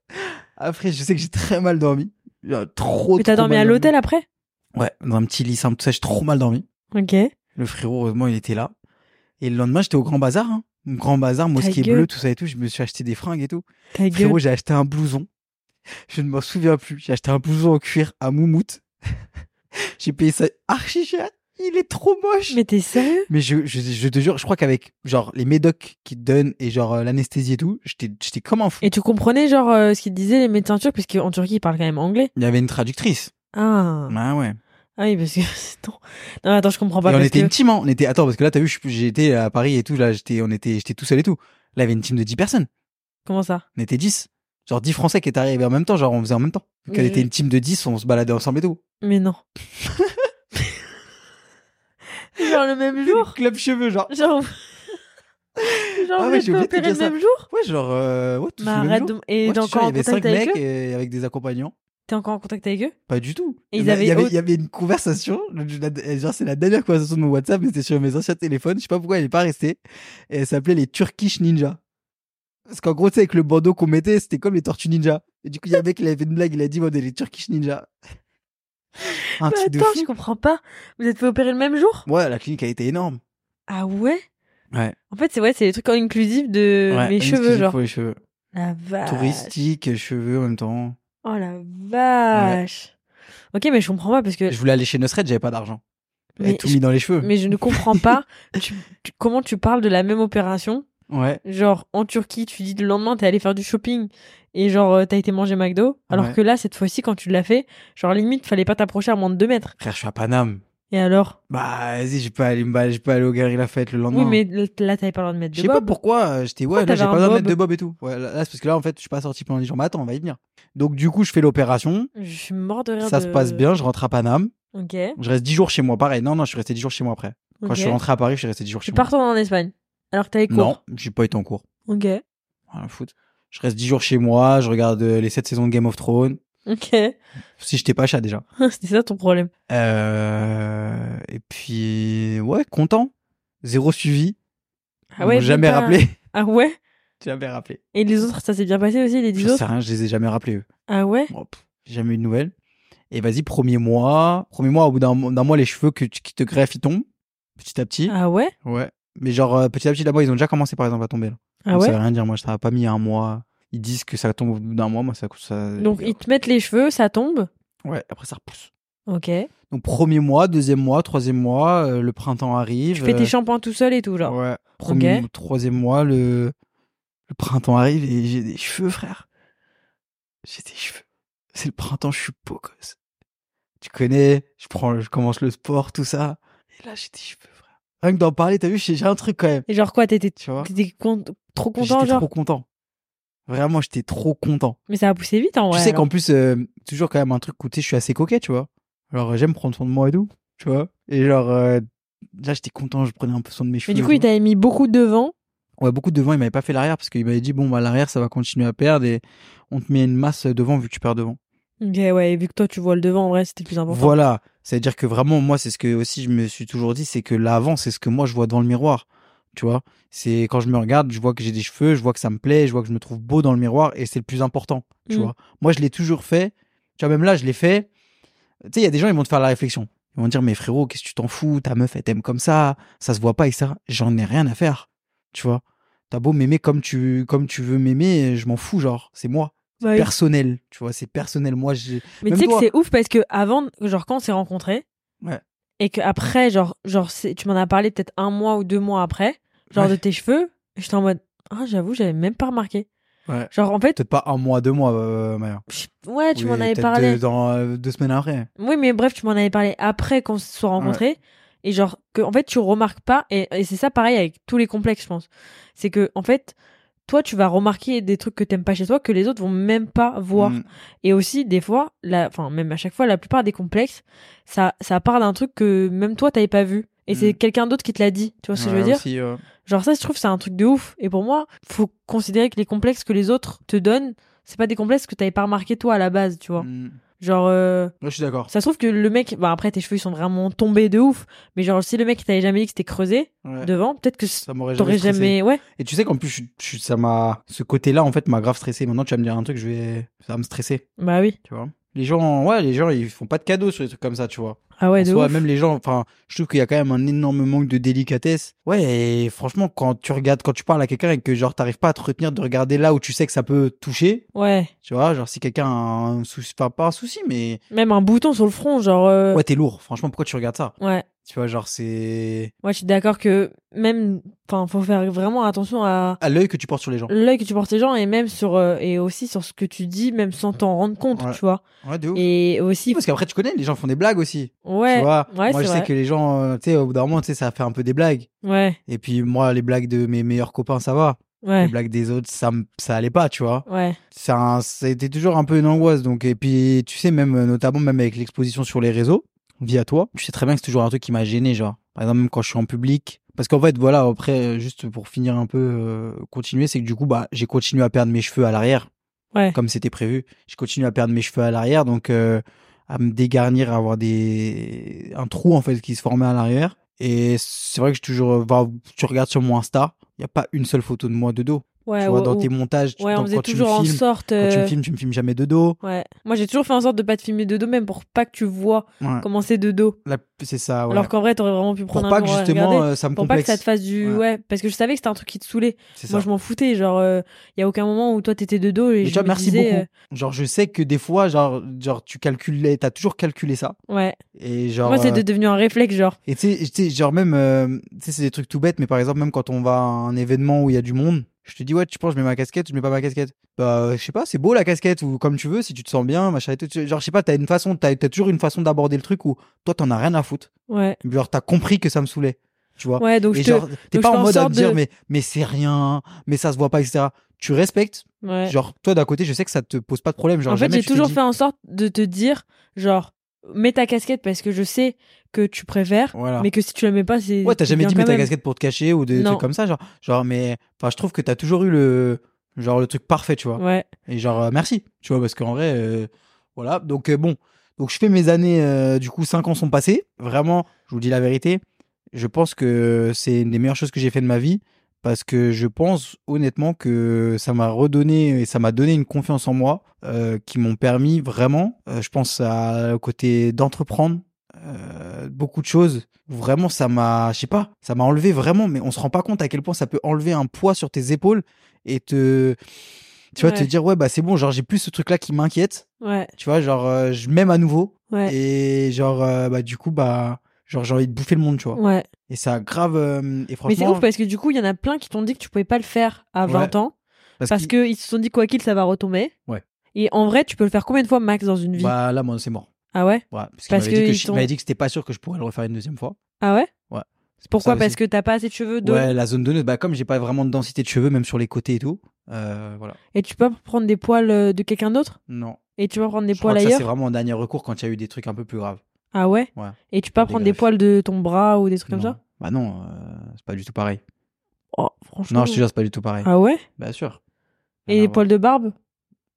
Speaker 2: Après, je sais que j'ai très mal dormi. Genre, Trop,
Speaker 1: Mais t'as
Speaker 2: trop
Speaker 1: dormi
Speaker 2: mal
Speaker 1: à l'hôtel après
Speaker 2: Ouais, dans un petit lit simple, tout ça, j'ai trop mal dormi.
Speaker 1: Ok.
Speaker 2: Le frérot, heureusement, il était là. Et le lendemain, j'étais au Grand Bazar. Hein. Grand Bazar, mosquée
Speaker 1: gueule.
Speaker 2: bleue, tout ça et tout. Je me suis acheté des fringues et tout.
Speaker 1: Ta gueule.
Speaker 2: Frérot, j'ai acheté un blouson. Je ne m'en souviens plus. J'ai acheté un blouson en cuir à Moumout. j'ai payé ça archi cher. Il est trop moche. Mais,
Speaker 1: Mais t'es sérieux
Speaker 2: je, je, je te jure, je crois qu'avec genre les médocs qui te donnent et genre euh, l'anesthésie et tout, j'étais j'étais comme un fou.
Speaker 1: Et tu comprenais genre euh, ce qu'ils disaient les médecins turcs parce qu'en Turquie ils parlent quand même anglais.
Speaker 2: Il y avait une traductrice.
Speaker 1: Ah.
Speaker 2: Ah ouais.
Speaker 1: Ah oui parce que c'est ton- Non attends je comprends pas
Speaker 2: Et on
Speaker 1: parce
Speaker 2: était
Speaker 1: que-
Speaker 2: une team, hein. On était, attends, parce que là, t'as vu, je- j'étais à Paris et tout. Là, j'étais, on était, j'étais tout seul et tout. Là, il y avait une team de 10 personnes.
Speaker 1: comment ça
Speaker 2: On était 10. Genre 10 Français qui étaient arrivés en même temps. Genre, on faisait en même temps. Donc, elle
Speaker 1: Mais-
Speaker 2: était une team de 10, on se baladait ensemble et tout.
Speaker 1: Mais non. genre le même jour
Speaker 2: Club cheveux, genre.
Speaker 1: Genre Genre
Speaker 2: Ah
Speaker 1: vous
Speaker 2: ouais,
Speaker 1: êtes
Speaker 2: j'ai oublié de te
Speaker 1: opérés
Speaker 2: dire
Speaker 1: le
Speaker 2: ça.
Speaker 1: même jour
Speaker 2: Ouais, genre, euh, ouais, tous
Speaker 1: Mais
Speaker 2: le même
Speaker 1: arrête
Speaker 2: jour.
Speaker 1: de... Et
Speaker 2: Ouais,
Speaker 1: t'es
Speaker 2: je te jure,
Speaker 1: encore
Speaker 2: il y
Speaker 1: en
Speaker 2: avait
Speaker 1: contact
Speaker 2: cinq
Speaker 1: avec
Speaker 2: mecs
Speaker 1: eux
Speaker 2: et- avec des accompagnants.
Speaker 1: T'es encore en contact avec eux
Speaker 2: Pas du tout.
Speaker 1: Et
Speaker 2: Il y
Speaker 1: ils
Speaker 2: avait- il
Speaker 1: avaient
Speaker 2: y avait,
Speaker 1: autre-
Speaker 2: il y avait une conversation. je- la- eh, Genre, c'est la dernière conversation de mon WhatsApp, mais c'était sur mes anciens téléphones. Je sais pas pourquoi elle est pas restée. Et elle s'appelait les Turkish Ninja. Parce qu'en gros, c'est avec le bandeau qu'on mettait, c'était comme les Tortues Ninja. Et du coup, il y a un mec qui avait fait une blague, il a dit, on est les Turkish Ninja. Un
Speaker 1: Mais
Speaker 2: truc de
Speaker 1: Bah, attends je
Speaker 2: fou.
Speaker 1: comprends pas. Vous êtes fait opérer le même jour
Speaker 2: Ouais, la clinique a été énorme.
Speaker 1: Ah ouais
Speaker 2: Ouais.
Speaker 1: En fait c'est ouais c'est des trucs en inclusif de
Speaker 2: Ouais,
Speaker 1: Euh, mes
Speaker 2: une
Speaker 1: cheveux
Speaker 2: exclusive
Speaker 1: genre. Ah,
Speaker 2: Pour les cheveux.
Speaker 1: La vache.
Speaker 2: Touristique, cheveux en même temps.
Speaker 1: Oh la vache. Ok, mais je comprends pas parce que.
Speaker 2: Je voulais aller chez Nosred, j'avais pas d'argent.
Speaker 1: Euh. Mais
Speaker 2: J'avais tout
Speaker 1: je-
Speaker 2: mis dans les cheveux.
Speaker 1: Mais je ne comprends pas tu- tu- comment tu parles de la même opération.
Speaker 2: Ouais.
Speaker 1: Genre, en Turquie, tu dis le lendemain, t'es allé faire du shopping et genre, euh, t'as été manger McDo. Alors
Speaker 2: Ouais.
Speaker 1: que là, cette fois-ci, quand tu l'as fait, genre, limite, fallait pas t'approcher à moins de 2 mètres.
Speaker 2: Frère, je suis à Paname.
Speaker 1: Et alors
Speaker 2: Bah, vas-y, je peux aller me balader, je peux aller au Galerie Lafayette le lendemain.
Speaker 1: Oui, mais l- là, t'avais pas le droit de mettre
Speaker 2: Oh Je
Speaker 1: de
Speaker 2: sais pas
Speaker 1: bob.
Speaker 2: pourquoi, euh, j'étais, ouais,
Speaker 1: Pourquoi
Speaker 2: là, j'ai
Speaker 1: t'avais
Speaker 2: pas
Speaker 1: un
Speaker 2: d'en mettre
Speaker 1: bob
Speaker 2: de bob et tout. Ouais, là, là, c'est parce que là, en fait, je suis pas sorti pendant les jours, mais attends, on va y venir. Donc, du coup, je fais l'opération,
Speaker 1: Je suis mort de rire.
Speaker 2: ça
Speaker 1: de-
Speaker 2: se passe bien, je rentre à Paname,
Speaker 1: Ok.
Speaker 2: je reste 10 jours chez moi, pareil. Non, non, je suis resté 10 jours chez moi après. Quand
Speaker 1: Ok.
Speaker 2: je suis rentré à Paris, je suis resté 10 jours
Speaker 1: Tu
Speaker 2: chez
Speaker 1: pars en Espagne. Alors que t'avais
Speaker 2: moi. Non,
Speaker 1: cours.
Speaker 2: j'ai pas été en cours.
Speaker 1: Ok.
Speaker 2: Rien à foutre. Je reste 10 jours chez moi, je regarde euh, les 7 saisons de Game of Thrones.
Speaker 1: Ok.
Speaker 2: Si j'étais pas chat déjà.
Speaker 1: C'était ça ton problème.
Speaker 2: Euh, et puis, ouais, content. Zéro suivi.
Speaker 1: Ah ouais,
Speaker 2: Ils m'ont jamais
Speaker 1: même pas-
Speaker 2: rappelé.
Speaker 1: Ah ouais
Speaker 2: jamais rappelé.
Speaker 1: Et les autres, ça s'est bien passé aussi, les
Speaker 2: Je
Speaker 1: 10
Speaker 2: sais
Speaker 1: autres
Speaker 2: rien, je les ai jamais rappelés eux.
Speaker 1: Ah ouais
Speaker 2: Bon, pff, jamais eu de nouvelles. Et vas-y, premier mois. Premier mois, au bout d'un d'un mois, les cheveux que, tu- qui te greffent, ils tombent. Petit à petit.
Speaker 1: Ah ouais
Speaker 2: Ouais. Mais genre, euh, petit à petit, là-bas, ils ont déjà commencé, par exemple, à tomber. Là.
Speaker 1: Ah
Speaker 2: Donc,
Speaker 1: ouais
Speaker 2: ça veut rien dire. Moi, ça n'a pas mis un mois. Ils disent que ça tombe au bout d'un mois. Moi, ça, ça...
Speaker 1: Donc ils te mettent les cheveux, ça tombe.
Speaker 2: Ouais, après, ça repousse.
Speaker 1: Ok.
Speaker 2: Donc, premier mois, deuxième mois, troisième mois, euh, le printemps arrive.
Speaker 1: Tu fais tes
Speaker 2: euh,
Speaker 1: shampoings tout seul et tout, genre.
Speaker 2: Ouais. Premier,
Speaker 1: Ok.
Speaker 2: troisième mois, le... le printemps arrive et j'ai des cheveux, frère. J'ai des cheveux. C'est le printemps, je suis beau gosse. Tu connais, je prends, je commence le sport, tout ça. Et là, j'ai des cheveux, frère. Rien que d'en parler, t'as vu, j'ai j'ai un truc quand même.
Speaker 1: Et genre quoi, t'étais
Speaker 2: Tu vois
Speaker 1: t'étais con- trop content,
Speaker 2: J'étais
Speaker 1: genre
Speaker 2: trop content. Vraiment, j'étais trop content.
Speaker 1: Mais ça a poussé vite en vrai.
Speaker 2: tu sais
Speaker 1: alors.
Speaker 2: qu'en plus, euh, toujours quand même un truc où tu sais, je suis assez coquet, tu vois. Alors, euh, j'aime prendre soin de moi et tout, tu vois. Et genre, euh, là, j'étais content, je prenais un peu soin de mes cheveux.
Speaker 1: Mais du
Speaker 2: et
Speaker 1: coup,
Speaker 2: tout.
Speaker 1: il t'avait mis beaucoup devant.
Speaker 2: Ouais, beaucoup devant, il m'avait pas fait l'arrière parce qu'il m'avait dit bon bah l'arrière ça va continuer à perdre et on te met une masse devant vu que tu perds devant. Mm.
Speaker 1: Ok, ouais, et vu que toi tu vois le devant, en vrai, c'était le plus important.
Speaker 2: Voilà, c'est à dire que vraiment moi c'est ce que aussi je me suis toujours dit c'est que l'avant c'est ce que moi je vois dans le miroir. Tu vois, c'est quand je me regarde, je vois que j'ai des cheveux, je vois que ça me plaît, je vois que je me trouve beau dans le miroir et c'est le plus important. Tu
Speaker 1: Mm.
Speaker 2: vois, moi je l'ai toujours fait. Tu vois même là je l'ai fait. Tu sais il y a des gens ils vont te faire la réflexion. Ils vont te dire mais frérot qu'est-ce que tu t'en fous, ta meuf elle t'aime comme ça, ça se voit pas et ça j'en ai rien à faire. Tu vois. T'as beau m'aimer comme tu, comme tu veux m'aimer, je m'en fous, genre, c'est moi.
Speaker 1: Bah oui.
Speaker 2: Personnel, tu vois, c'est personnel. Moi, j'ai.
Speaker 1: Mais tu
Speaker 2: Même
Speaker 1: sais que
Speaker 2: toi.
Speaker 1: c'est ouf parce que avant, genre quand on s'est rencontrés,
Speaker 2: Ouais.
Speaker 1: et que après, genre, genre c'est- tu m'en as parlé peut-être un mois ou deux mois après, genre
Speaker 2: Ouais.
Speaker 1: de tes cheveux, j'étais en mode, ah j'avoue, j'avais même pas remarqué.
Speaker 2: Ouais.
Speaker 1: Genre en fait,
Speaker 2: Peut-être pas un mois, deux mois, euh, Maya.
Speaker 1: je- ouais, Ah, tu
Speaker 2: Oui,
Speaker 1: m'en avais
Speaker 2: peut-être
Speaker 1: parlé.
Speaker 2: Deux, dans, euh, deux semaines après.
Speaker 1: Oui, mais bref, tu m'en avais parlé après qu'on se soit rencontrés. Et genre, que, en fait, tu remarques pas. Et, et c'est ça pareil avec tous les complexes, je pense. C'est que, en fait, toi, tu vas remarquer des trucs que t'aimes pas chez toi que les autres vont même pas voir.
Speaker 2: Mm.
Speaker 1: Et aussi, des fois, la, enfin, même à chaque fois, la plupart des complexes, ça, ça part d'un truc que même toi, t'avais pas vu. Et c'est
Speaker 2: Mm.
Speaker 1: quelqu'un d'autre qui te l'a dit. Tu vois ce que je
Speaker 2: Ouais,
Speaker 1: veux dire?
Speaker 2: aussi, euh,
Speaker 1: Genre, ça, je trouve, c'est un truc de ouf. Et pour moi, faut considérer que les complexes que les autres te donnent, c'est pas des complexes que t'avais pas remarqué toi à la base, tu vois.
Speaker 2: mm.
Speaker 1: Genre, euh,
Speaker 2: Ouais, je suis d'accord.
Speaker 1: ça se trouve que le mec, bah après tes cheveux ils sont vraiment tombés de ouf, mais genre si le mec il t'avait jamais dit que c'était creusé
Speaker 2: Ouais.
Speaker 1: devant, peut-être que
Speaker 2: Ça m'aurait jamais.
Speaker 1: t'aurais
Speaker 2: stressé.
Speaker 1: jamais. Ouais,
Speaker 2: Et tu sais qu'en plus, je, je- ça m'a. Ce côté-là, en fait, m'a grave stressé. Maintenant, tu vas me dire un truc, je vais. Ça va me stresser,
Speaker 1: bah oui.
Speaker 2: tu vois. Les gens, ouais, les gens, ils font pas de cadeaux sur des trucs comme ça, tu vois.
Speaker 1: Ah ouais,
Speaker 2: En
Speaker 1: de
Speaker 2: soi,
Speaker 1: ouf.
Speaker 2: même les gens, enfin, je trouve qu'il y a quand même un énorme manque de délicatesse. Ouais, et franchement, quand tu regardes, quand tu parles à quelqu'un et que genre t'arrives pas à te retenir de regarder là où tu sais que ça peut toucher,
Speaker 1: Ouais,
Speaker 2: tu vois, genre si quelqu'un a un souci, enfin, pas un souci, mais
Speaker 1: même un bouton sur le front, genre. euh,
Speaker 2: ouais, t'es lourd. Franchement, pourquoi tu regardes ça
Speaker 1: ouais.
Speaker 2: Tu vois, genre c'est
Speaker 1: Moi je suis d'accord que même, enfin faut faire vraiment attention à
Speaker 2: à l'œil que tu portes sur les gens.
Speaker 1: l'œil que tu portes les gens et même sur euh, et aussi sur ce que tu dis, même sans t'en rendre compte,
Speaker 2: Ouais.
Speaker 1: tu vois.
Speaker 2: Ouais, de ouf.
Speaker 1: Et aussi,
Speaker 2: Parce qu'après, tu connais, les gens font des blagues aussi.
Speaker 1: ouais,
Speaker 2: tu vois,
Speaker 1: ouais,
Speaker 2: moi
Speaker 1: c'est
Speaker 2: je
Speaker 1: vrai.
Speaker 2: sais que les gens, euh, tu sais, au bout d'un moment, tu sais, ça fait un peu des blagues.
Speaker 1: ouais,
Speaker 2: Et puis moi, les blagues de mes meilleurs copains, ça va. Les
Speaker 1: ouais,
Speaker 2: blagues des autres, ça, me- ça allait pas, tu vois.
Speaker 1: ouais,
Speaker 2: c'est un- c'était toujours un peu une angoisse donc et puis tu sais même euh, notamment même avec l'exposition sur les réseaux via toi tu sais très bien que c'est toujours un truc qui m'a gêné genre par exemple même quand je suis en public parce qu'en fait voilà après euh, juste pour finir un peu euh, continuer c'est que du coup bah j'ai continué à perdre mes cheveux à l'arrière
Speaker 1: ouais.
Speaker 2: comme c'était prévu j'ai continué à perdre mes cheveux à l'arrière donc euh, à me dégarnir à avoir des un trou en fait qui se formait à l'arrière et c'est vrai que je toujours euh, bah, tu regardes sur mon Insta il y a pas une seule photo de moi de dos
Speaker 1: Ouais,
Speaker 2: tu vois
Speaker 1: ou-
Speaker 2: dans
Speaker 1: ou-
Speaker 2: tes montages tu-
Speaker 1: ouais,
Speaker 2: dans-
Speaker 1: on faisait
Speaker 2: quand tu me
Speaker 1: toujours en
Speaker 2: filmes,
Speaker 1: sorte.
Speaker 2: quand tu
Speaker 1: euh,
Speaker 2: me filmes, tu me filmes jamais de dos.
Speaker 1: Ouais. Moi, j'ai toujours fait en sorte de pas te filmer de dos, même pour pas que tu vois
Speaker 2: Ouais.
Speaker 1: comment c'est de dos.
Speaker 2: La- C'est ça, ouais.
Speaker 1: Alors qu'en vrai, t'aurais vraiment pu
Speaker 2: pour
Speaker 1: prendre un
Speaker 2: pas que
Speaker 1: moment à
Speaker 2: justement
Speaker 1: regarder,
Speaker 2: euh, ça me
Speaker 1: pour pas que
Speaker 2: complexe.
Speaker 1: ça te fasse du.
Speaker 2: Ouais.
Speaker 1: Ouais. Parce que je savais que c'était un truc qui te saoulait.
Speaker 2: C'est ça.
Speaker 1: Moi, je m'en foutais. Genre, euh, y a aucun moment où toi, t'étais de dos. Et
Speaker 2: Et
Speaker 1: je
Speaker 2: tu vois,
Speaker 1: me
Speaker 2: merci
Speaker 1: disais, euh,
Speaker 2: beaucoup. Genre, je sais que des fois, genre, genre tu calculais, t'as toujours calculé ça.
Speaker 1: euh, Ouais.
Speaker 2: Et genre.
Speaker 1: Moi, c'est
Speaker 2: euh,
Speaker 1: de- devenu un réflexe, genre.
Speaker 2: Et tu sais- tu sais, genre même, euh, tu sais, c'est des trucs tout bêtes, mais par exemple, même quand on va à un événement où il y a du monde, je te dis, ouais, tu penses, je mets ma casquette ou je mets pas ma casquette Bah, euh, je sais pas, c'est beau la casquette, ou comme tu veux, si tu te sens bien, machin et tout. Tu- Genre, je sais pas, t'as une façon, t'as t'as toujours une façon d'aborder le truc où toi, t'en as rien à foutre.
Speaker 1: Ouais.
Speaker 2: Genre, t'as compris que ça me saoulait. Tu vois
Speaker 1: Ouais, donc
Speaker 2: Et
Speaker 1: je te.
Speaker 2: genre, t'es
Speaker 1: donc
Speaker 2: pas
Speaker 1: je
Speaker 2: en
Speaker 1: fais en
Speaker 2: mode à te
Speaker 1: sorte
Speaker 2: dire,
Speaker 1: de-
Speaker 2: mais, mais c'est rien, mais ça se voit pas, etc. Tu respectes.
Speaker 1: Ouais.
Speaker 2: Genre, toi, d'un côté, je sais que ça te pose pas de problème. Genre,
Speaker 1: en fait,
Speaker 2: jamais
Speaker 1: j'ai
Speaker 2: tu te
Speaker 1: toujours
Speaker 2: dis-
Speaker 1: fait en sorte de te dire, genre, mets ta casquette parce que je sais que tu préfères,
Speaker 2: Voilà.
Speaker 1: mais que si tu l'aimes pas, c'est.
Speaker 2: Ouais, t'as
Speaker 1: c'est
Speaker 2: jamais
Speaker 1: bien
Speaker 2: dit
Speaker 1: quand
Speaker 2: mets ta
Speaker 1: même.
Speaker 2: casquette pour te cacher ou des
Speaker 1: Non.
Speaker 2: trucs comme ça, genre, genre, mais, enfin, je trouve que t'as toujours eu le, genre, le truc parfait, tu vois.
Speaker 1: Ouais.
Speaker 2: Et genre, euh, merci, tu vois, parce qu'en vrai, euh, voilà. Donc, euh, bon, donc je fais mes années, euh, du coup, 5 ans sont passés. Vraiment, je vous dis la vérité, je pense que c'est une des meilleures choses que j'ai fait de ma vie, parce que je pense honnêtement que ça m'a redonné et ça m'a donné une confiance en moi euh, qui m'ont permis vraiment, euh, je pense, à, au côté d'entreprendre. euh, beaucoup de choses vraiment ça m'a je sais pas ça m'a enlevé vraiment mais on se rend pas compte à quel point ça peut enlever un poids sur tes épaules et te tu vois
Speaker 1: Ouais.
Speaker 2: te dire ouais bah c'est bon genre j'ai plus ce truc là qui m'inquiète
Speaker 1: Ouais.
Speaker 2: tu vois genre euh, je m'aime à nouveau
Speaker 1: Ouais.
Speaker 2: et genre euh, bah du coup bah genre j'ai envie de bouffer le monde tu vois
Speaker 1: Ouais.
Speaker 2: et ça grave euh, et
Speaker 1: Mais c'est
Speaker 2: franchement
Speaker 1: ouf parce que du coup, il y en a plein qui t'ont dit que tu pouvais pas le faire à
Speaker 2: Ouais.
Speaker 1: 20 ans
Speaker 2: parce,
Speaker 1: parce
Speaker 2: qu'il-
Speaker 1: que ils se sont dit quoi qu'il ça va retomber.
Speaker 2: Ouais.
Speaker 1: Et en vrai, tu peux le faire combien de fois max dans une vie
Speaker 2: bah là moi c'est mort
Speaker 1: Ah ouais
Speaker 2: Ouais, parce qu'il
Speaker 1: Parce
Speaker 2: m'avait dit
Speaker 1: que
Speaker 2: que
Speaker 1: ils
Speaker 2: je- il
Speaker 1: t'ont-
Speaker 2: m'avait dit que c'était pas sûr que je pourrais le refaire une deuxième fois
Speaker 1: Ah ouais
Speaker 2: C'est pour
Speaker 1: Pourquoi
Speaker 2: ça
Speaker 1: Parce
Speaker 2: aussi.
Speaker 1: que t'as pas assez de cheveux de
Speaker 2: ouais la zone donneuse bah comme j'ai pas vraiment de densité de cheveux même sur les côtés et tout euh, voilà
Speaker 1: et tu peux pas prendre des poils euh, de quelqu'un d'autre
Speaker 2: non
Speaker 1: et tu peux prendre des
Speaker 2: je crois
Speaker 1: poils
Speaker 2: que ça c'est
Speaker 1: ailleurs.
Speaker 2: vraiment en dernier recours quand il y a eu des trucs un peu plus graves
Speaker 1: Ah ouais,
Speaker 2: Ouais.
Speaker 1: Et tu peux pas
Speaker 2: Des
Speaker 1: prendre des
Speaker 2: greffes.
Speaker 1: poils de ton bras ou des trucs comme
Speaker 2: Non.
Speaker 1: ça
Speaker 2: bah non euh, c'est pas du tout pareil
Speaker 1: Oh, franchement.
Speaker 2: non je te jure c'est pas du tout pareil
Speaker 1: Ah ouais
Speaker 2: bien sûr
Speaker 1: Et
Speaker 2: Rien à
Speaker 1: les
Speaker 2: voir.
Speaker 1: poils de barbe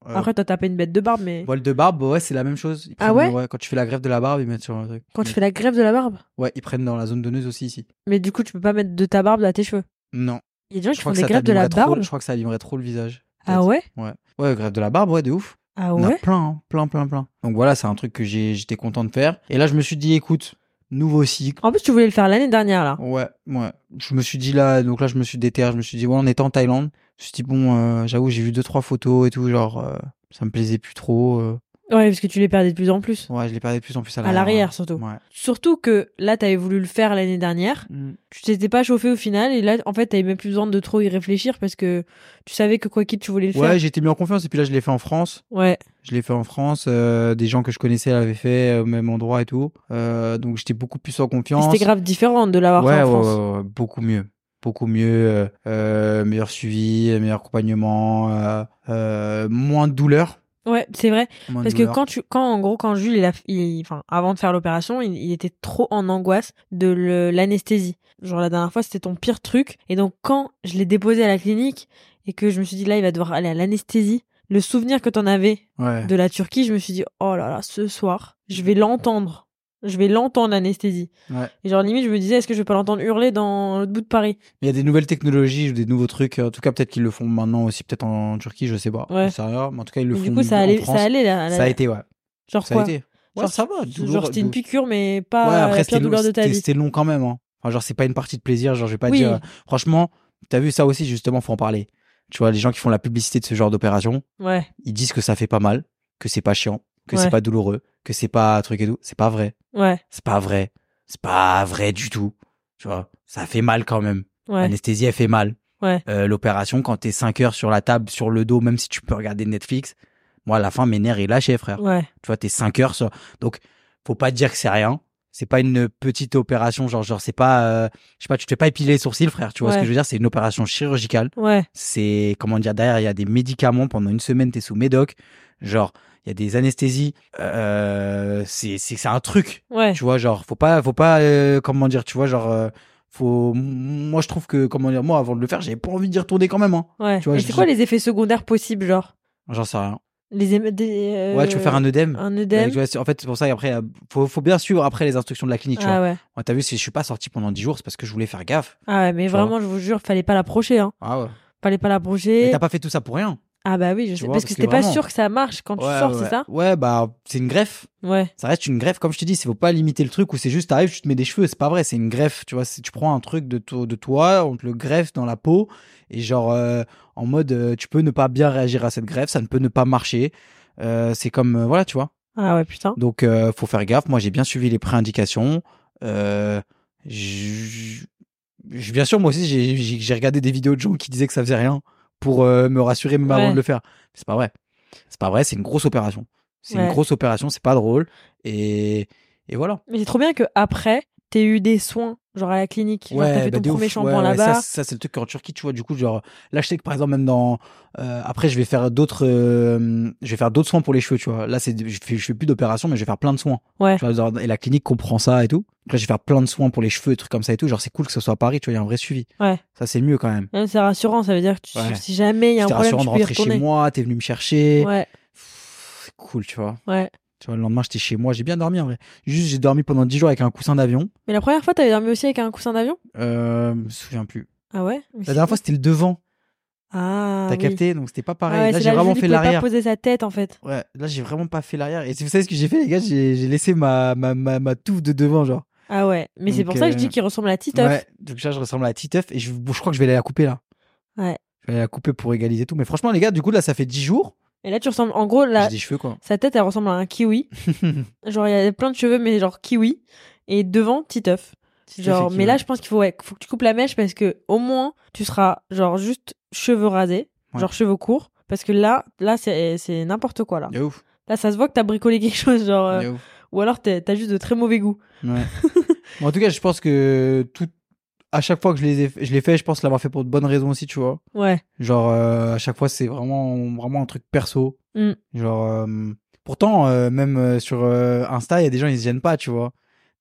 Speaker 2: Euh,
Speaker 1: Après, t'as tapé une bête de barbe, mais
Speaker 2: Voile de barbe, ouais, c'est la même chose. Ils
Speaker 1: Ah
Speaker 2: prennent,
Speaker 1: ouais
Speaker 2: Quand tu fais la grève de la barbe, ils mettent sur un truc.
Speaker 1: quand tu fais la grève de la barbe.
Speaker 2: Ouais, ils prennent dans la zone donneuse aussi ici.
Speaker 1: Mais du coup, tu peux pas mettre de ta barbe à tes cheveux.
Speaker 2: Non.
Speaker 1: Il y a des gens qui font
Speaker 2: crois que
Speaker 1: des
Speaker 2: ça
Speaker 1: greffes de la
Speaker 2: t'abîmerait trop-
Speaker 1: barbe.
Speaker 2: Je crois que ça abîmerait trop le visage.
Speaker 1: Ah
Speaker 2: peut-être.
Speaker 1: ouais
Speaker 2: Ouais. Ouais, grève de la barbe, ouais, de ouf.
Speaker 1: Ah
Speaker 2: On a
Speaker 1: ouais
Speaker 2: plein, hein, plein, plein, plein. Donc voilà, c'est un truc que j'ai- j'étais content de faire. Et là, je me suis dit, écoute, nouveau cycle.
Speaker 1: En plus, tu voulais le faire l'année dernière, là.
Speaker 2: Ouais, ouais. Je me suis dit là, donc là, je me suis déterré. Je me suis dit, ouais, on était en Thaïlande. Je me suis dit, bon, euh, j'avoue, j'ai vu deux, trois photos et tout, genre, euh, ça me plaisait plus trop. euh.
Speaker 1: Ouais, parce que tu les perdais de plus en plus.
Speaker 2: Ouais, je les perdais de plus en plus à
Speaker 1: À
Speaker 2: l'arrière. hein.
Speaker 1: l'arrière, surtout.
Speaker 2: Ouais.
Speaker 1: Surtout que là, t'avais voulu le faire l'année dernière.
Speaker 2: Mm.
Speaker 1: Tu t'étais pas chauffé au final. Et là, en fait, t'avais même plus besoin de trop y réfléchir parce que tu savais que quoi qu'il, tu voulais le
Speaker 2: Ouais,
Speaker 1: faire.
Speaker 2: j'étais mis en confiance et puis là, je l'ai fait en France.
Speaker 1: Ouais.
Speaker 2: Je l'ai fait en France, euh, des gens que je connaissais l'avaient fait au même endroit et tout. Euh, donc j'étais beaucoup plus en
Speaker 1: Et
Speaker 2: confiance.
Speaker 1: C'était grave différent de l'avoir
Speaker 2: Ouais,
Speaker 1: fait en
Speaker 2: ouais,
Speaker 1: France.
Speaker 2: ouais, ouais, beaucoup mieux. Beaucoup mieux, euh, euh, meilleur suivi, meilleur accompagnement, euh, euh, moins de douleur.
Speaker 1: Ouais, c'est vrai.
Speaker 2: moins de
Speaker 1: Parce que
Speaker 2: douleur.
Speaker 1: quand tu, quand en gros, quand Jules, il a, il- enfin, avant de faire l'opération, il, il était trop en angoisse de le- l'anesthésie. Genre la dernière fois, c'était ton pire truc. Et donc quand je l'ai déposé à la clinique et que je me suis dit là, il va devoir aller à l'anesthésie, le souvenir que t'en avais
Speaker 2: Ouais.
Speaker 1: de la Turquie, je me suis dit oh là là, ce soir, je vais l'entendre, je vais l'entendre l'anesthésie.
Speaker 2: Ouais.
Speaker 1: Et genre limite, je me disais est-ce que je vais pas l'entendre hurler dans l'autre bout de Paris
Speaker 2: Il y a des nouvelles technologies, ou des nouveaux trucs. En tout cas, peut-être qu'ils le font maintenant aussi, peut-être en Turquie, je sais pas.
Speaker 1: Ouais.
Speaker 2: J'en sais rien, mais en tout cas, ils le
Speaker 1: Et
Speaker 2: font
Speaker 1: Du coup, ça
Speaker 2: en
Speaker 1: allait,
Speaker 2: France.
Speaker 1: ça allait là. là-
Speaker 2: Ça a été, ouais.
Speaker 1: Genre
Speaker 2: Ça
Speaker 1: quoi
Speaker 2: a été. Ouais,
Speaker 1: Genre,
Speaker 2: ça va. douloureux-
Speaker 1: Genre c'était une
Speaker 2: dou-
Speaker 1: piqûre, mais pas
Speaker 2: Ouais, après,
Speaker 1: la
Speaker 2: c'était
Speaker 1: pire
Speaker 2: long,
Speaker 1: douleur de ta
Speaker 2: c'était-
Speaker 1: vie.
Speaker 2: c'était long quand même. Hein. Enfin, genre, c'est pas une partie de plaisir. Genre, je vais pas
Speaker 1: Oui.
Speaker 2: dire. Franchement, t'as vu ça aussi, justement, faut en parler. Tu vois, les gens qui font la publicité de ce genre d'opération,
Speaker 1: Ouais.
Speaker 2: ils disent que ça fait pas mal, que c'est pas chiant, que
Speaker 1: Ouais.
Speaker 2: c'est pas douloureux, que c'est pas truc et tout. C'est pas vrai.
Speaker 1: Ouais.
Speaker 2: C'est pas vrai. C'est pas vrai du tout. Tu vois, ça fait mal quand même.
Speaker 1: Ouais.
Speaker 2: L'anesthésie, elle fait mal.
Speaker 1: Ouais.
Speaker 2: Euh, L'opération, quand t'es 5 heures sur la table, sur le dos, même si tu peux regarder Netflix, moi, à la fin, mes nerfs, ils lâchaient, frère.
Speaker 1: Ouais.
Speaker 2: Tu vois, t'es 5 heures. Sur... Donc, faut pas te dire que c'est rien. C'est pas une petite opération, genre, genre, c'est pas, euh, je sais pas, tu te fais pas épiler les sourcils, frère. Tu vois ce
Speaker 1: Ouais.
Speaker 2: que je veux dire? C'est une opération chirurgicale.
Speaker 1: Ouais.
Speaker 2: C'est, comment dire, derrière, il y a des médicaments. Pendant une semaine, t'es sous médoc. Genre, il y a des anesthésies. Euh, c'est, c'est, c'est un truc.
Speaker 1: Ouais.
Speaker 2: Tu vois, genre, faut pas, faut pas, euh, comment dire, tu vois, genre, euh, faut, moi, je trouve que, comment dire, moi, avant de le faire, j'avais pas envie d'y retourner quand même, hein.
Speaker 1: Ouais.
Speaker 2: Tu vois,
Speaker 1: Et
Speaker 2: je-
Speaker 1: c'est quoi les effets secondaires possibles, genre
Speaker 2: J'en sais rien.
Speaker 1: Les éme- des, euh,
Speaker 2: Ouais, tu veux faire un œdème?
Speaker 1: un
Speaker 2: Ouais,
Speaker 1: œdème
Speaker 2: tu vois, c'est- en fait, c'est pour ça qu'après, euh, faut, faut bien suivre après les instructions de la clinique. tu vois.
Speaker 1: Ah ouais.
Speaker 2: Moi, T'as vu, si je suis pas sorti pendant 10 jours, c'est parce que je voulais faire gaffe.
Speaker 1: Ah ouais, mais
Speaker 2: Tu
Speaker 1: vraiment, je vous jure, fallait pas l'approcher. Hein.
Speaker 2: Ah ouais.
Speaker 1: Fallait pas
Speaker 2: Mais
Speaker 1: l'approcher.
Speaker 2: t'as pas fait tout ça pour rien.
Speaker 1: Ah bah oui, je
Speaker 2: Tu
Speaker 1: sais.
Speaker 2: vois,
Speaker 1: parce
Speaker 2: parce
Speaker 1: que
Speaker 2: que
Speaker 1: c'était pas
Speaker 2: vraiment-
Speaker 1: sûr que ça marche quand tu
Speaker 2: Ouais,
Speaker 1: sors,
Speaker 2: ouais.
Speaker 1: c'est ça
Speaker 2: Ouais, bah, c'est une greffe.
Speaker 1: Ouais.
Speaker 2: Ça reste une greffe, comme je te dis, il faut pas limiter le truc où c'est juste t'arrives, tu te mets des cheveux, c'est pas vrai, c'est une greffe, tu vois, si tu prends un truc de, to- de toi, on te le greffe dans la peau, et genre euh, en mode euh, tu peux ne pas bien réagir à cette greffe, ça ne peut ne pas marcher, Euh, c'est comme, euh, voilà, tu vois.
Speaker 1: Ah ouais, putain.
Speaker 2: Donc, euh, faut faire gaffe. Moi, j'ai bien suivi les préindications. Euh, je- je- bien sûr, moi aussi, j'ai- j'ai j'ai regardé des vidéos de gens qui disaient que ça faisait rien pour euh, me rassurer même
Speaker 1: Ouais.
Speaker 2: avant de le faire. Mais C'est pas vrai. C'est pas vrai. C'est une grosse opération. C'est
Speaker 1: Ouais.
Speaker 2: une grosse opération. C'est pas drôle. Et, et voilà.
Speaker 1: Mais c'est trop bien que après, t'aies eu des soins, genre à la clinique. Genre t'as fait
Speaker 2: bah,
Speaker 1: ton
Speaker 2: de
Speaker 1: premier
Speaker 2: ouf.
Speaker 1: shampoing
Speaker 2: Ouais, ouais,
Speaker 1: là-bas.
Speaker 2: Ça, ça, c'est le truc en Turquie, tu vois. Du coup, genre, là, je sais que par exemple, même dans. euh, après, je vais faire d'autres. euh, je vais faire d'autres soins pour les cheveux, tu vois. Là, c'est, je fais, je fais plus d'opération, mais je vais faire plein de soins.
Speaker 1: Ouais.
Speaker 2: Tu vois, genre, et la clinique comprend ça et tout. Après, je vais faire plein de soins pour les cheveux, trucs comme ça et tout. Genre, c'est cool que ce soit à Paris, tu vois, il y a un vrai suivi.
Speaker 1: Ouais.
Speaker 2: Ça, c'est mieux quand même.
Speaker 1: Ouais, C'est rassurant, ça veut dire que tu-
Speaker 2: Ouais.
Speaker 1: si jamais il y a un
Speaker 2: C'était
Speaker 1: problème,
Speaker 2: rassurant
Speaker 1: tu
Speaker 2: de
Speaker 1: peux y
Speaker 2: rentrer
Speaker 1: retourner.
Speaker 2: chez moi, t'es venu me chercher.
Speaker 1: Ouais,
Speaker 2: Pff, C'est cool, tu vois.
Speaker 1: ouais.
Speaker 2: Tu vois, le lendemain, j'étais chez moi, j'ai bien dormi en vrai. Juste, j'ai dormi pendant 10 jours avec un coussin d'avion.
Speaker 1: Mais la première fois, t'avais dormi aussi avec un coussin d'avion
Speaker 2: Euh, je me souviens plus.
Speaker 1: Ah ouais Mais
Speaker 2: La dernière
Speaker 1: c'est-
Speaker 2: fois, c'était le devant.
Speaker 1: Ah.
Speaker 2: T'as
Speaker 1: oui.
Speaker 2: capté, donc c'était pas pareil.
Speaker 1: Ah ouais,
Speaker 2: là,
Speaker 1: c'est
Speaker 2: j'ai vraiment
Speaker 1: Julie
Speaker 2: fait
Speaker 1: pouvait pas
Speaker 2: l'arrière.
Speaker 1: poser sa tête en fait.
Speaker 2: Ouais, là, j'ai vraiment pas fait l'arrière. Et c'est- vous savez ce que j'ai fait, les gars J'ai j'ai laissé ma, ma, ma, ma touffe de devant, genre.
Speaker 1: Ah ouais. Mais c'est
Speaker 2: Donc,
Speaker 1: pour ça que je
Speaker 2: euh,
Speaker 1: dis qu'il ressemble à Titeuf.
Speaker 2: Ouais, donc là, je ressemble à Titeuf et je, bon, je crois que je vais aller la couper là.
Speaker 1: Ouais.
Speaker 2: Je vais aller la couper pour égaliser tout. Mais franchement, les gars, du coup, là, ça fait 10 jours.
Speaker 1: Et là, tu ressembles. En gros, là,
Speaker 2: J'ai des cheveux, quoi.
Speaker 1: sa tête, elle ressemble à un kiwi. genre, il y a plein de cheveux, mais genre kiwi. Et devant, Titeuf. Genre, mais là, je pense qu'il faut, ouais, faut que tu coupes la mèche parce que au moins, tu seras genre juste cheveux rasés,
Speaker 2: Ouais.
Speaker 1: genre cheveux courts. Parce que là, là, c'est c'est n'importe quoi là.
Speaker 2: De ouf.
Speaker 1: Là, ça se voit que t'as bricolé quelque chose, genre. euh,
Speaker 2: de ouf.
Speaker 1: ou alors t'es- t'as juste de très mauvais goût.
Speaker 2: Ouais. Bon, en tout cas, je pense que tout. À chaque fois que je les ai, je les fais, je pense l'avoir fait pour de bonnes raisons aussi, tu vois.
Speaker 1: Ouais.
Speaker 2: Genre, euh, à chaque fois, c'est vraiment, vraiment un truc perso.
Speaker 1: Mm.
Speaker 2: Genre, euh, pourtant, euh, même euh, sur euh, Insta, il y a des gens, ils se gênent pas, tu vois.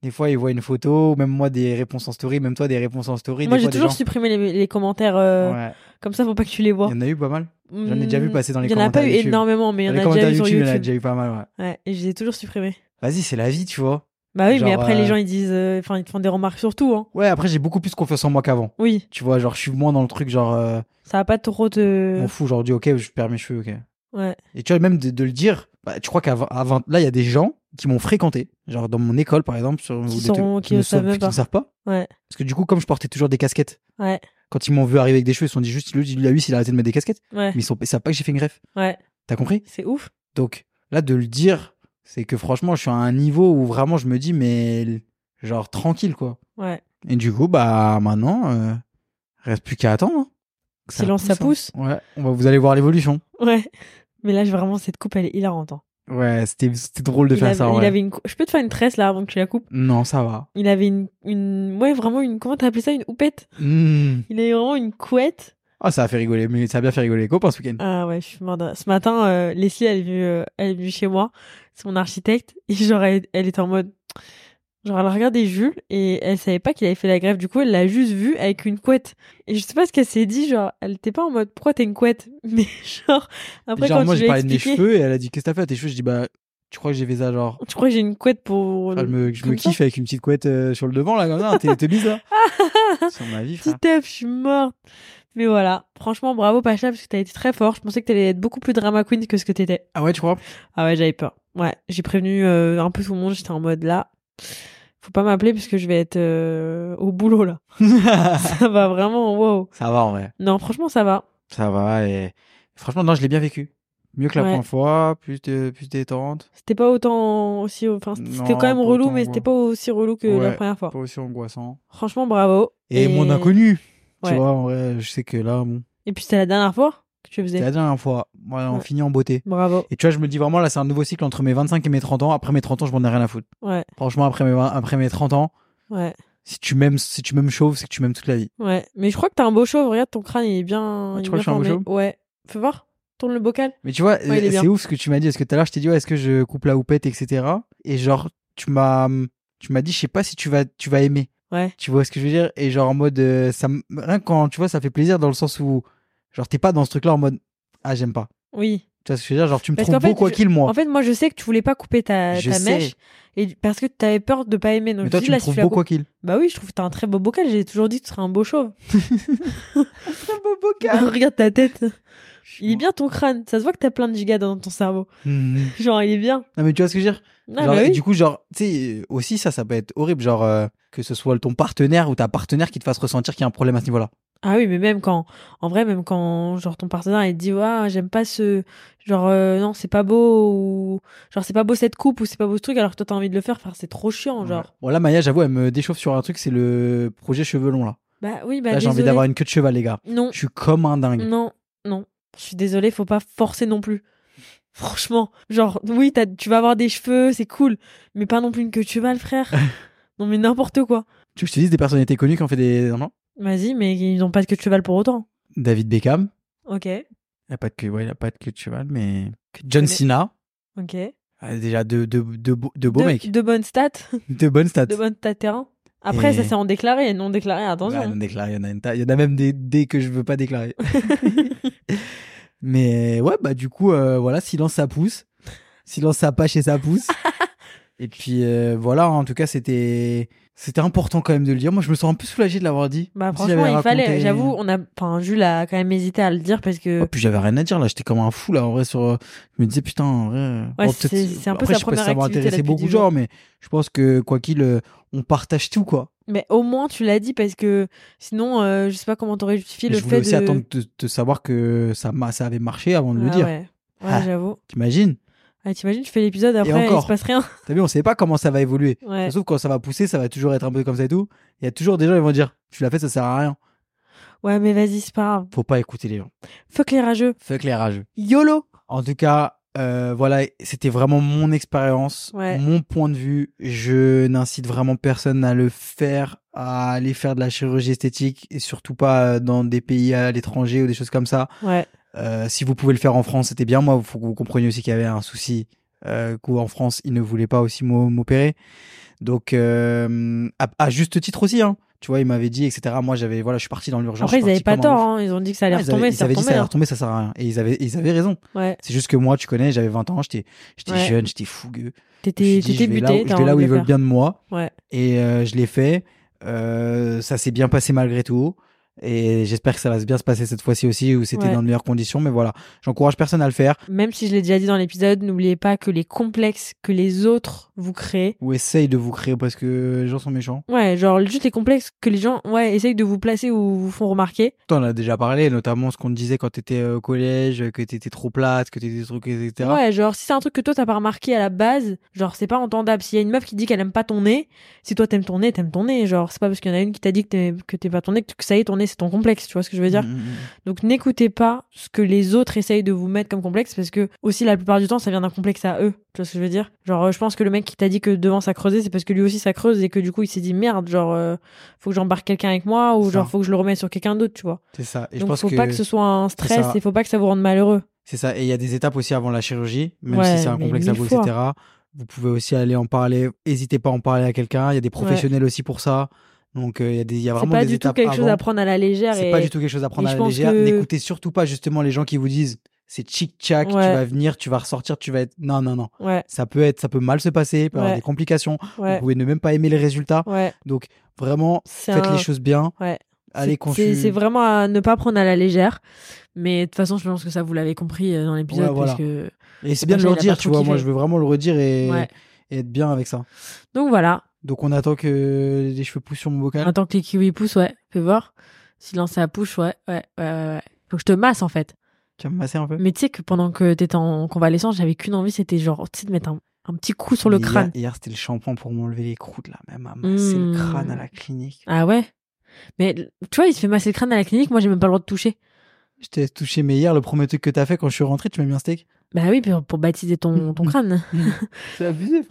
Speaker 2: Des fois, ils voient une photo, même moi, des réponses en story, même toi, des réponses en story.
Speaker 1: Moi,
Speaker 2: des
Speaker 1: j'ai
Speaker 2: fois, des
Speaker 1: toujours
Speaker 2: gens-
Speaker 1: supprimé les, les commentaires euh,
Speaker 2: Ouais.
Speaker 1: comme ça, faut pas que tu les
Speaker 2: Il
Speaker 1: vois.
Speaker 2: y en a eu pas mal. J'en ai déjà vu passer dans les
Speaker 1: Il y en a
Speaker 2: commentaires
Speaker 1: pas eu
Speaker 2: YouTube.
Speaker 1: énormément, mais il y
Speaker 2: Dans
Speaker 1: en
Speaker 2: les
Speaker 1: a
Speaker 2: commentaires
Speaker 1: déjà eu sur
Speaker 2: YouTube, il y en a
Speaker 1: YouTube.
Speaker 2: déjà eu pas mal, ouais.
Speaker 1: Ouais, et je les ai toujours supprimés.
Speaker 2: Vas-y, c'est la vie, tu vois.
Speaker 1: Bah oui, mais
Speaker 2: Genre,
Speaker 1: après,
Speaker 2: euh,
Speaker 1: les gens, ils disent. euh, Enfin, ils te font des remarques sur tout, hein.
Speaker 2: Ouais, après, j'ai beaucoup plus confiance en moi qu'avant.
Speaker 1: Oui,
Speaker 2: Tu vois, genre, je suis moins dans le truc, genre, euh,
Speaker 1: ça va pas trop te.
Speaker 2: m'en fous, genre, dis, ok, je perds mes cheveux, ok.
Speaker 1: Ouais.
Speaker 2: Et tu vois, même de, de le dire, bah, tu crois qu'avant, avant- là, il y a des gens qui m'ont fréquenté, genre dans mon école, par exemple, sur,
Speaker 1: Qui
Speaker 2: ou des
Speaker 1: sont-
Speaker 2: trucs-
Speaker 1: qui le
Speaker 2: ne
Speaker 1: savent même
Speaker 2: qui ne
Speaker 1: pas.
Speaker 2: savent pas.
Speaker 1: Ouais.
Speaker 2: Parce que du coup, comme je portais toujours des casquettes,
Speaker 1: Ouais.
Speaker 2: quand ils m'ont vu arriver avec des cheveux, ils se sont dit juste, lui, lui, lui, il a arrêté de mettre des casquettes,
Speaker 1: Ouais.
Speaker 2: mais ils, sont, ils savent pas que j'ai fait une greffe.
Speaker 1: Ouais.
Speaker 2: T'as compris
Speaker 1: C'est ouf.
Speaker 2: Donc, là, de le dire, c'est que franchement, je suis à un niveau où vraiment, je me dis, mais, genre, tranquille, quoi.
Speaker 1: Ouais.
Speaker 2: Et du coup, bah, maintenant, euh, reste plus qu'à attendre. hein. Que
Speaker 1: Silence, ça
Speaker 2: hein.
Speaker 1: pousse.
Speaker 2: Ouais, on va, vous allez voir l'évolution.
Speaker 1: Ouais. Mais là, je- vraiment, cette coupe, elle est hilarante. hein.
Speaker 2: Ouais, c'était c'était drôle de
Speaker 1: il
Speaker 2: faire
Speaker 1: avait,
Speaker 2: ça.
Speaker 1: il
Speaker 2: ouais.
Speaker 1: avait une cou- Je peux te faire une tresse là avant que tu la coupes.
Speaker 2: Non, ça va.
Speaker 1: Il avait une. une... Ouais, vraiment une. Comment t'as appelé ça Une houppette
Speaker 2: Hmm.
Speaker 1: Il avait vraiment une couette.
Speaker 2: Ah, ça a fait rigoler, mais ça a bien fait rigoler les copains ce week-end.
Speaker 1: Ah ouais, je suis morte. de rire. Ce matin, euh, Leslie, elle est, venue, euh, elle est venue chez moi, c'est mon architecte, et genre, elle, elle était en mode. Genre, elle regardait Jules, et elle savait pas qu'il avait fait la grève, du coup, elle l'a juste vu avec une couette. Et je sais pas ce qu'elle s'est dit, genre, elle était pas en mode, pourquoi t'as une couette Mais genre, après,
Speaker 2: genre,
Speaker 1: quand
Speaker 2: moi,
Speaker 1: tu
Speaker 2: j'ai
Speaker 1: lui as
Speaker 2: parlé de mes
Speaker 1: expliqué,
Speaker 2: cheveux et elle a dit Qu'est-ce que t'as fait à tes cheveux Je dis Bah, tu crois que j'ai fait ça genre.
Speaker 1: tu crois que j'ai une couette pour.
Speaker 2: Ah, je me, je me
Speaker 1: Comme ça
Speaker 2: kiffe avec une petite couette euh, sur le devant, là, comme ça, t'es t'es bise, là. Sur ma vie, frère.
Speaker 1: Petit œuf, je suis morte. Mais voilà, franchement, bravo Pacha, parce que t'as été très fort. Je pensais que t'allais être beaucoup plus drama queen que ce que t'étais.
Speaker 2: Ah ouais, tu crois
Speaker 1: Ah ouais, j'avais peur. Ouais, j'ai prévenu euh, un peu tout le monde. J'étais en mode là, faut pas m'appeler parce que je vais être euh, au boulot là. ça va vraiment, wow.
Speaker 2: Ça va, en vrai.
Speaker 1: Non, franchement, ça va.
Speaker 2: Ça va, et franchement, non, je l'ai bien vécu. Mieux que la
Speaker 1: Ouais.
Speaker 2: première fois, plus, de, plus détente,
Speaker 1: C'était pas autant aussi, enfin,
Speaker 2: Non,
Speaker 1: c'était quand même
Speaker 2: pas
Speaker 1: relou,
Speaker 2: autant,
Speaker 1: mais
Speaker 2: ouais.
Speaker 1: c'était pas aussi relou que la
Speaker 2: Ouais.
Speaker 1: première fois.
Speaker 2: pas aussi angoissant.
Speaker 1: Franchement, bravo.
Speaker 2: Et, mon inconnu,
Speaker 1: Ouais.
Speaker 2: tu vois, en vrai, je sais que là, bon,
Speaker 1: Et puis c'était la dernière fois que tu faisais.
Speaker 2: c'est la dernière fois. Voilà, on
Speaker 1: Ouais.
Speaker 2: finit en beauté.
Speaker 1: Bravo.
Speaker 2: Et tu vois, je me dis vraiment, là, c'est un nouveau cycle entre mes 25 et mes 30 ans. Après mes 30 ans, je m'en ai rien à foutre.
Speaker 1: Ouais,
Speaker 2: Franchement, après mes, 20 après mes 30 ans,
Speaker 1: ouais,
Speaker 2: si tu m'aimes, si tu m'aimes chauve, c'est que tu m'aimes toute la vie.
Speaker 1: ouais. Mais je crois que t'as un beau chauve. Regarde, ton crâne il est bien.
Speaker 2: Ah, tu
Speaker 1: il est
Speaker 2: crois que
Speaker 1: bien
Speaker 2: je suis un beau
Speaker 1: formé. Ouais. Fais voir. Tourne le bocal.
Speaker 2: Mais tu vois,
Speaker 1: il est
Speaker 2: euh,
Speaker 1: bien.
Speaker 2: c'est ouf ce que tu m'as dit. Parce que tout à l'heure, je t'ai dit, ouais, est-ce que je coupe la houppette, etc. Et genre, tu m'as, tu m'as dit, je sais pas si tu vas, tu vas aimer.
Speaker 1: Ouais.
Speaker 2: Tu vois ce que je veux dire Et genre en mode, euh, ça, me- rien que quand tu vois, ça fait plaisir dans le sens où, genre, t'es pas dans ce truc-là en mode, ah, j'aime pas.
Speaker 1: Oui.
Speaker 2: Tu vois ce que je veux dire Genre, tu me
Speaker 1: Parce
Speaker 2: trouves
Speaker 1: qu'en
Speaker 2: beau
Speaker 1: fait,
Speaker 2: quoi
Speaker 1: je-
Speaker 2: qu'il, moi.
Speaker 1: En fait, moi, je sais que tu voulais pas couper ta,
Speaker 2: Je
Speaker 1: ta
Speaker 2: sais.
Speaker 1: mèche et parce que tu avais peur de pas aimer. Donc
Speaker 2: Mais toi,
Speaker 1: je dis,
Speaker 2: tu
Speaker 1: là,
Speaker 2: me
Speaker 1: si
Speaker 2: trouves
Speaker 1: la
Speaker 2: beau
Speaker 1: coupes-
Speaker 2: quoi qu'il.
Speaker 1: Bah oui, je trouve que t'as un très beau bocal. J'ai toujours dit que tu serais un beau chauve.
Speaker 2: Très beau
Speaker 1: Regarde ta tête. Il est bien ton crâne. Ça se voit que t'as plein de gigas dans ton cerveau. Genre, il est bien.
Speaker 2: Hmm. Non, mais tu vois ce que je veux dire
Speaker 1: Ah,
Speaker 2: Genre,
Speaker 1: bah
Speaker 2: et
Speaker 1: oui.
Speaker 2: Du coup, genre, tu sais, euh, aussi, ça, ça peut être horrible. Genre, euh, que ce soit ton partenaire ou ta partenaire qui te fasse ressentir qu'il y a un problème à ce niveau-là.
Speaker 1: Ah oui, mais même quand, en vrai, même quand, genre, ton partenaire, il te dit, ouais, j'aime pas ce, genre, euh, non, c'est pas beau, ou, genre, c'est pas beau cette coupe, ou c'est pas beau ce truc, alors que toi, t'as envie de le faire, enfin, c'est trop chiant, genre.
Speaker 2: Bon, là, Maya, j'avoue, elle me déchauffe sur un truc, c'est le projet cheveux longs, là.
Speaker 1: Bah oui, bah, Mm.
Speaker 2: là, j'ai envie
Speaker 1: désolée.
Speaker 2: d'avoir une queue de cheval, les gars.
Speaker 1: Non.
Speaker 2: Je suis comme un dingue.
Speaker 1: Non, non. Je suis désolée, faut pas forcer non plus. Franchement, genre, oui, t'as- tu vas avoir des cheveux, c'est cool, mais pas non plus une queue de cheval, frère. non, mais n'importe quoi.
Speaker 2: Tu veux que je te dise des personnalités connues qui ont fait des. Non, non.
Speaker 1: Vas-y, mais ils ont pas de queue de cheval pour autant.
Speaker 2: David Beckham.
Speaker 1: Ok,
Speaker 2: Il a pas de queue, ouais, il a pas de queue de cheval, mais. John
Speaker 1: connais.
Speaker 2: Cena.
Speaker 1: ok.
Speaker 2: Ah, Déjà, de, de, de, beaux- de beaux
Speaker 1: de,
Speaker 2: mecs.
Speaker 1: de bonnes stats,
Speaker 2: De bonnes stats.
Speaker 1: de bonnes stats terrain. Après,
Speaker 2: Et-
Speaker 1: ça c'est en déclaré et non déclaré, attention.
Speaker 2: Ouais, non déclaré, il y en a une ta- il y en a même des, des que je veux pas déclarer. Mais ouais, bah du coup, euh, voilà, silence ça pousse. Silence ça pas chez ça pousse. Et puis euh, voilà, en tout cas, c'était c'était important quand même de le dire. Moi, je me sens un peu soulagé de l'avoir dit.
Speaker 1: bah
Speaker 2: Si
Speaker 1: franchement,
Speaker 2: j'avais
Speaker 1: il fallait,
Speaker 2: raconté-
Speaker 1: j'avoue, euh, on a enfin Jules a quand même hésité à le dire parce que
Speaker 2: Oh, puis j'avais rien à dire là, j'étais comme un fou là en vrai sur euh, je me disais putain en vrai euh,
Speaker 1: Ouais,
Speaker 2: bon, peut-être-
Speaker 1: c'est- c'est un peu
Speaker 2: après,
Speaker 1: sa
Speaker 2: je sais pas si
Speaker 1: première
Speaker 2: ça va
Speaker 1: activité
Speaker 2: intéresser
Speaker 1: depuis
Speaker 2: beaucoup de
Speaker 1: dix
Speaker 2: gens
Speaker 1: jours.
Speaker 2: mais je pense que quoi qu'il euh, on partage tout quoi.
Speaker 1: mais au moins tu l'as dit parce que sinon euh, je sais pas comment t'aurais justifié
Speaker 2: Mais
Speaker 1: le
Speaker 2: je voulais
Speaker 1: fait
Speaker 2: aussi
Speaker 1: de
Speaker 2: attendre de, de savoir que ça m'a ça avait marché avant de
Speaker 1: Ah
Speaker 2: le dire.
Speaker 1: Ouais, Ouais,
Speaker 2: Ah.
Speaker 1: j'avoue.
Speaker 2: T'imagines
Speaker 1: Ah, t'imagines, tu fais l'épisode après, il
Speaker 2: encore.
Speaker 1: se passe rien.
Speaker 2: T'as vu, on sait pas comment ça va évoluer.
Speaker 1: Ouais.
Speaker 2: Sauf quand ça va pousser, ça va toujours être un peu comme ça et tout. Il y a toujours des gens qui vont dire Tu l'as fait, ça sert à rien.
Speaker 1: Ouais, mais vas-y, c'est pas grave.
Speaker 2: Faut pas écouter les gens.
Speaker 1: Fuck les rageux.
Speaker 2: Fuck les rageux. YOLO En tout cas, euh, voilà, c'était vraiment mon expérience,
Speaker 1: Ouais.
Speaker 2: mon point de vue. Je n'incite vraiment personne à le faire, à aller faire de la chirurgie esthétique et surtout pas euh, dans des pays à l'étranger ou des choses comme ça.
Speaker 1: Ouais.
Speaker 2: Euh, si vous pouvez le faire en France, c'était bien. Moi, faut que vous compreniez aussi qu'il y avait un souci euh, qu'en France, ils ne voulaient pas aussi m'o- m'opérer. Donc, euh, à, à juste titre aussi, hein. Tu vois, ils m'avaient dit, etc. Moi, j'avais, voilà, je suis parti dans l'urgence.
Speaker 1: Après,
Speaker 2: je
Speaker 1: ils
Speaker 2: suis
Speaker 1: avaient pas
Speaker 2: parti comme un
Speaker 1: tort,
Speaker 2: ouf.
Speaker 1: hein. ils ont dit que ça allait
Speaker 2: Ah, ils avaient-
Speaker 1: retomber,
Speaker 2: ils
Speaker 1: ça
Speaker 2: avaient dit
Speaker 1: retombait.
Speaker 2: ça allait retomber, ça sert à rien. Et ils avaient, ils avaient raison.
Speaker 1: hein. Ouais.
Speaker 2: C'est juste que moi, tu connais, j'avais 20 ans, j'étais, j'étais
Speaker 1: Ouais.
Speaker 2: jeune, j'étais fougueux. Je me
Speaker 1: T'étais
Speaker 2: suis dit,
Speaker 1: t'étais
Speaker 2: je vais là, où-
Speaker 1: buté,
Speaker 2: je
Speaker 1: t'as
Speaker 2: vais là où
Speaker 1: envie
Speaker 2: ils
Speaker 1: de le
Speaker 2: veulent
Speaker 1: faire.
Speaker 2: bien de moi.
Speaker 1: Ouais.
Speaker 2: Et euh, je l'ai fait. Euh, ça s'est bien passé malgré tout. Et j'espère que ça va bien se passer cette fois-ci aussi, où c'était
Speaker 1: Ouais.
Speaker 2: dans de meilleures conditions. Mais voilà, j'encourage personne à le faire.
Speaker 1: Même si je l'ai déjà dit dans l'épisode, n'oubliez pas que les complexes que les autres vous créent,
Speaker 2: Ou essaye de vous créer parce que les gens sont méchants.
Speaker 1: ouais, genre juste les complexes que les gens, ouais, essayent de vous placer ou vous font remarquer,
Speaker 2: Toi, on en a déjà parlé, notamment ce qu'on te disait quand t'étais euh, au collège, que t'étais trop plate, que t'étais des trucs, etc.
Speaker 1: Ouais, genre si c'est un truc que toi t'as pas remarqué à la base, genre c'est pas entendable. S'il y a une meuf qui dit qu'elle aime pas ton nez, si toi t'aimes ton nez, t'aimes ton nez. Genre c'est pas parce qu'il y en a une qui t'a dit que t'aimes- que t'aimes pas ton nez que, que ça y est ton nez, c'est ton complexe. Tu vois ce que je veux dire
Speaker 2: Mm, mm, mm.
Speaker 1: Donc n'écoutez pas ce que les autres essayent de vous mettre comme complexe parce que aussi la plupart du temps ça vient d'un complexe à eux. Tu vois ce que je veux dire Genre euh, je pense que le mec qui t'a dit que devant ça creusait, c'est parce que lui aussi ça creuse et que du coup il s'est dit merde, genre euh, faut que j'embarque quelqu'un avec moi ou
Speaker 2: Ça.
Speaker 1: genre faut que je le remette sur quelqu'un d'autre, tu vois.
Speaker 2: C'est ça. Et je
Speaker 1: Donc
Speaker 2: pense
Speaker 1: faut pas que ce soit un stress
Speaker 2: ça.
Speaker 1: et faut pas que ça vous rende malheureux.
Speaker 2: C'est ça. Et il y a des étapes aussi avant la chirurgie, même
Speaker 1: Ouais,
Speaker 2: si c'est un
Speaker 1: mais
Speaker 2: complexe à
Speaker 1: mille
Speaker 2: vous,
Speaker 1: fois.
Speaker 2: etc. Vous pouvez aussi aller en parler. N'hésitez pas à en parler à quelqu'un. Il y a des professionnels aussi pour ça. Donc euh, il y a des, il y a
Speaker 1: C'est
Speaker 2: vraiment
Speaker 1: pas
Speaker 2: des
Speaker 1: du tout
Speaker 2: étapes
Speaker 1: quelque
Speaker 2: avant.
Speaker 1: chose à prendre à la légère
Speaker 2: C'est
Speaker 1: et
Speaker 2: pas du tout quelque chose à prendre
Speaker 1: je
Speaker 2: à la
Speaker 1: pense
Speaker 2: légère.
Speaker 1: que-
Speaker 2: N'écoutez surtout pas justement les gens qui vous disent c'est chic tchac, tu
Speaker 1: Ouais.
Speaker 2: vas venir, tu vas ressortir, tu vas être. Non non non.
Speaker 1: ouais,
Speaker 2: Ça peut être, ça peut mal se passer, il peut y avoir
Speaker 1: Ouais.
Speaker 2: des complications. Vous
Speaker 1: ouais,
Speaker 2: pouvez ne même pas aimer les résultats.
Speaker 1: ouais.
Speaker 2: Donc vraiment
Speaker 1: C'est
Speaker 2: faites
Speaker 1: un-
Speaker 2: les choses bien.
Speaker 1: Ouais.
Speaker 2: Allez
Speaker 1: c'est-
Speaker 2: conçu.
Speaker 1: C'est c'est vraiment à ne pas prendre à la légère. Mais de toute façon, je pense que ça, vous l'avez compris euh, dans l'épisode.
Speaker 2: Ouais, voilà.
Speaker 1: parce que...
Speaker 2: Et c'est
Speaker 1: Le
Speaker 2: bien de
Speaker 1: projet, il
Speaker 2: le
Speaker 1: a
Speaker 2: redire,
Speaker 1: pas
Speaker 2: tu
Speaker 1: trop
Speaker 2: vois. Moi
Speaker 1: kiffé.
Speaker 2: je veux vraiment le redire et,
Speaker 1: Ouais.
Speaker 2: et être bien avec ça.
Speaker 1: Donc voilà,
Speaker 2: Donc on attend que les cheveux poussent sur mon bocal.
Speaker 1: en tant que les kiwis poussent, ouais, fais voir. Silence à la pouche, ouais, ouais, ouais, ouais, ouais. Faut que je te masse en fait.
Speaker 2: Tu vas me masser un peu
Speaker 1: Mais tu sais que pendant que t'étais en convalescence, j'avais qu'une envie, c'était genre, tu sais, de mettre un, un petit coup sur le
Speaker 2: Mais hier-
Speaker 1: crâne.
Speaker 2: Hier, c'était le shampoing pour m'enlever les croûtes, là, même à masser
Speaker 1: Mmh.
Speaker 2: le crâne à la clinique.
Speaker 1: Ah ouais Mais tu vois, il se fait masser le crâne à la clinique, moi j'ai même pas le droit de toucher.
Speaker 2: Je t'ai touché, mais hier, le premier truc que t'as fait quand je suis rentré, tu m'as mis un steak.
Speaker 1: Bah oui, pour, pour baptiser
Speaker 2: Mm.
Speaker 1: ton, ton crâne.
Speaker 2: C'est abusé.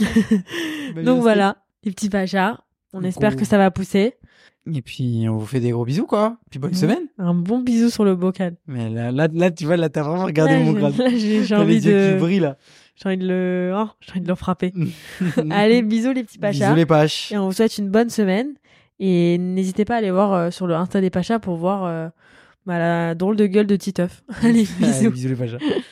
Speaker 1: Donc voilà, les petits pachas. On
Speaker 2: Donc,
Speaker 1: espère
Speaker 2: on-
Speaker 1: que ça va pousser.
Speaker 2: Et puis, on vous fait des gros bisous, quoi. Puis bonne
Speaker 1: Ouais.
Speaker 2: semaine.
Speaker 1: Un bon bisou sur le bocal.
Speaker 2: Mais là, là, là, tu vois, là, t'as vraiment regardé
Speaker 1: Là,
Speaker 2: mon
Speaker 1: j'ai-
Speaker 2: crâne.
Speaker 1: là, j'ai j'ai
Speaker 2: T'as
Speaker 1: envie
Speaker 2: les yeux qui
Speaker 1: de.
Speaker 2: brillent, là.
Speaker 1: J'ai envie de le. oh, j'ai envie de le frapper. Allez, bisous les petits pachas.
Speaker 2: Mm. Bisous les paches.
Speaker 1: Et on vous souhaite une bonne semaine. Et n'hésitez pas à aller voir euh, sur le Insta des Pachas pour voir euh, bah, la drôle de gueule de Titeuf. Allez,
Speaker 2: Allez,
Speaker 1: bisous.
Speaker 2: bisous les paches.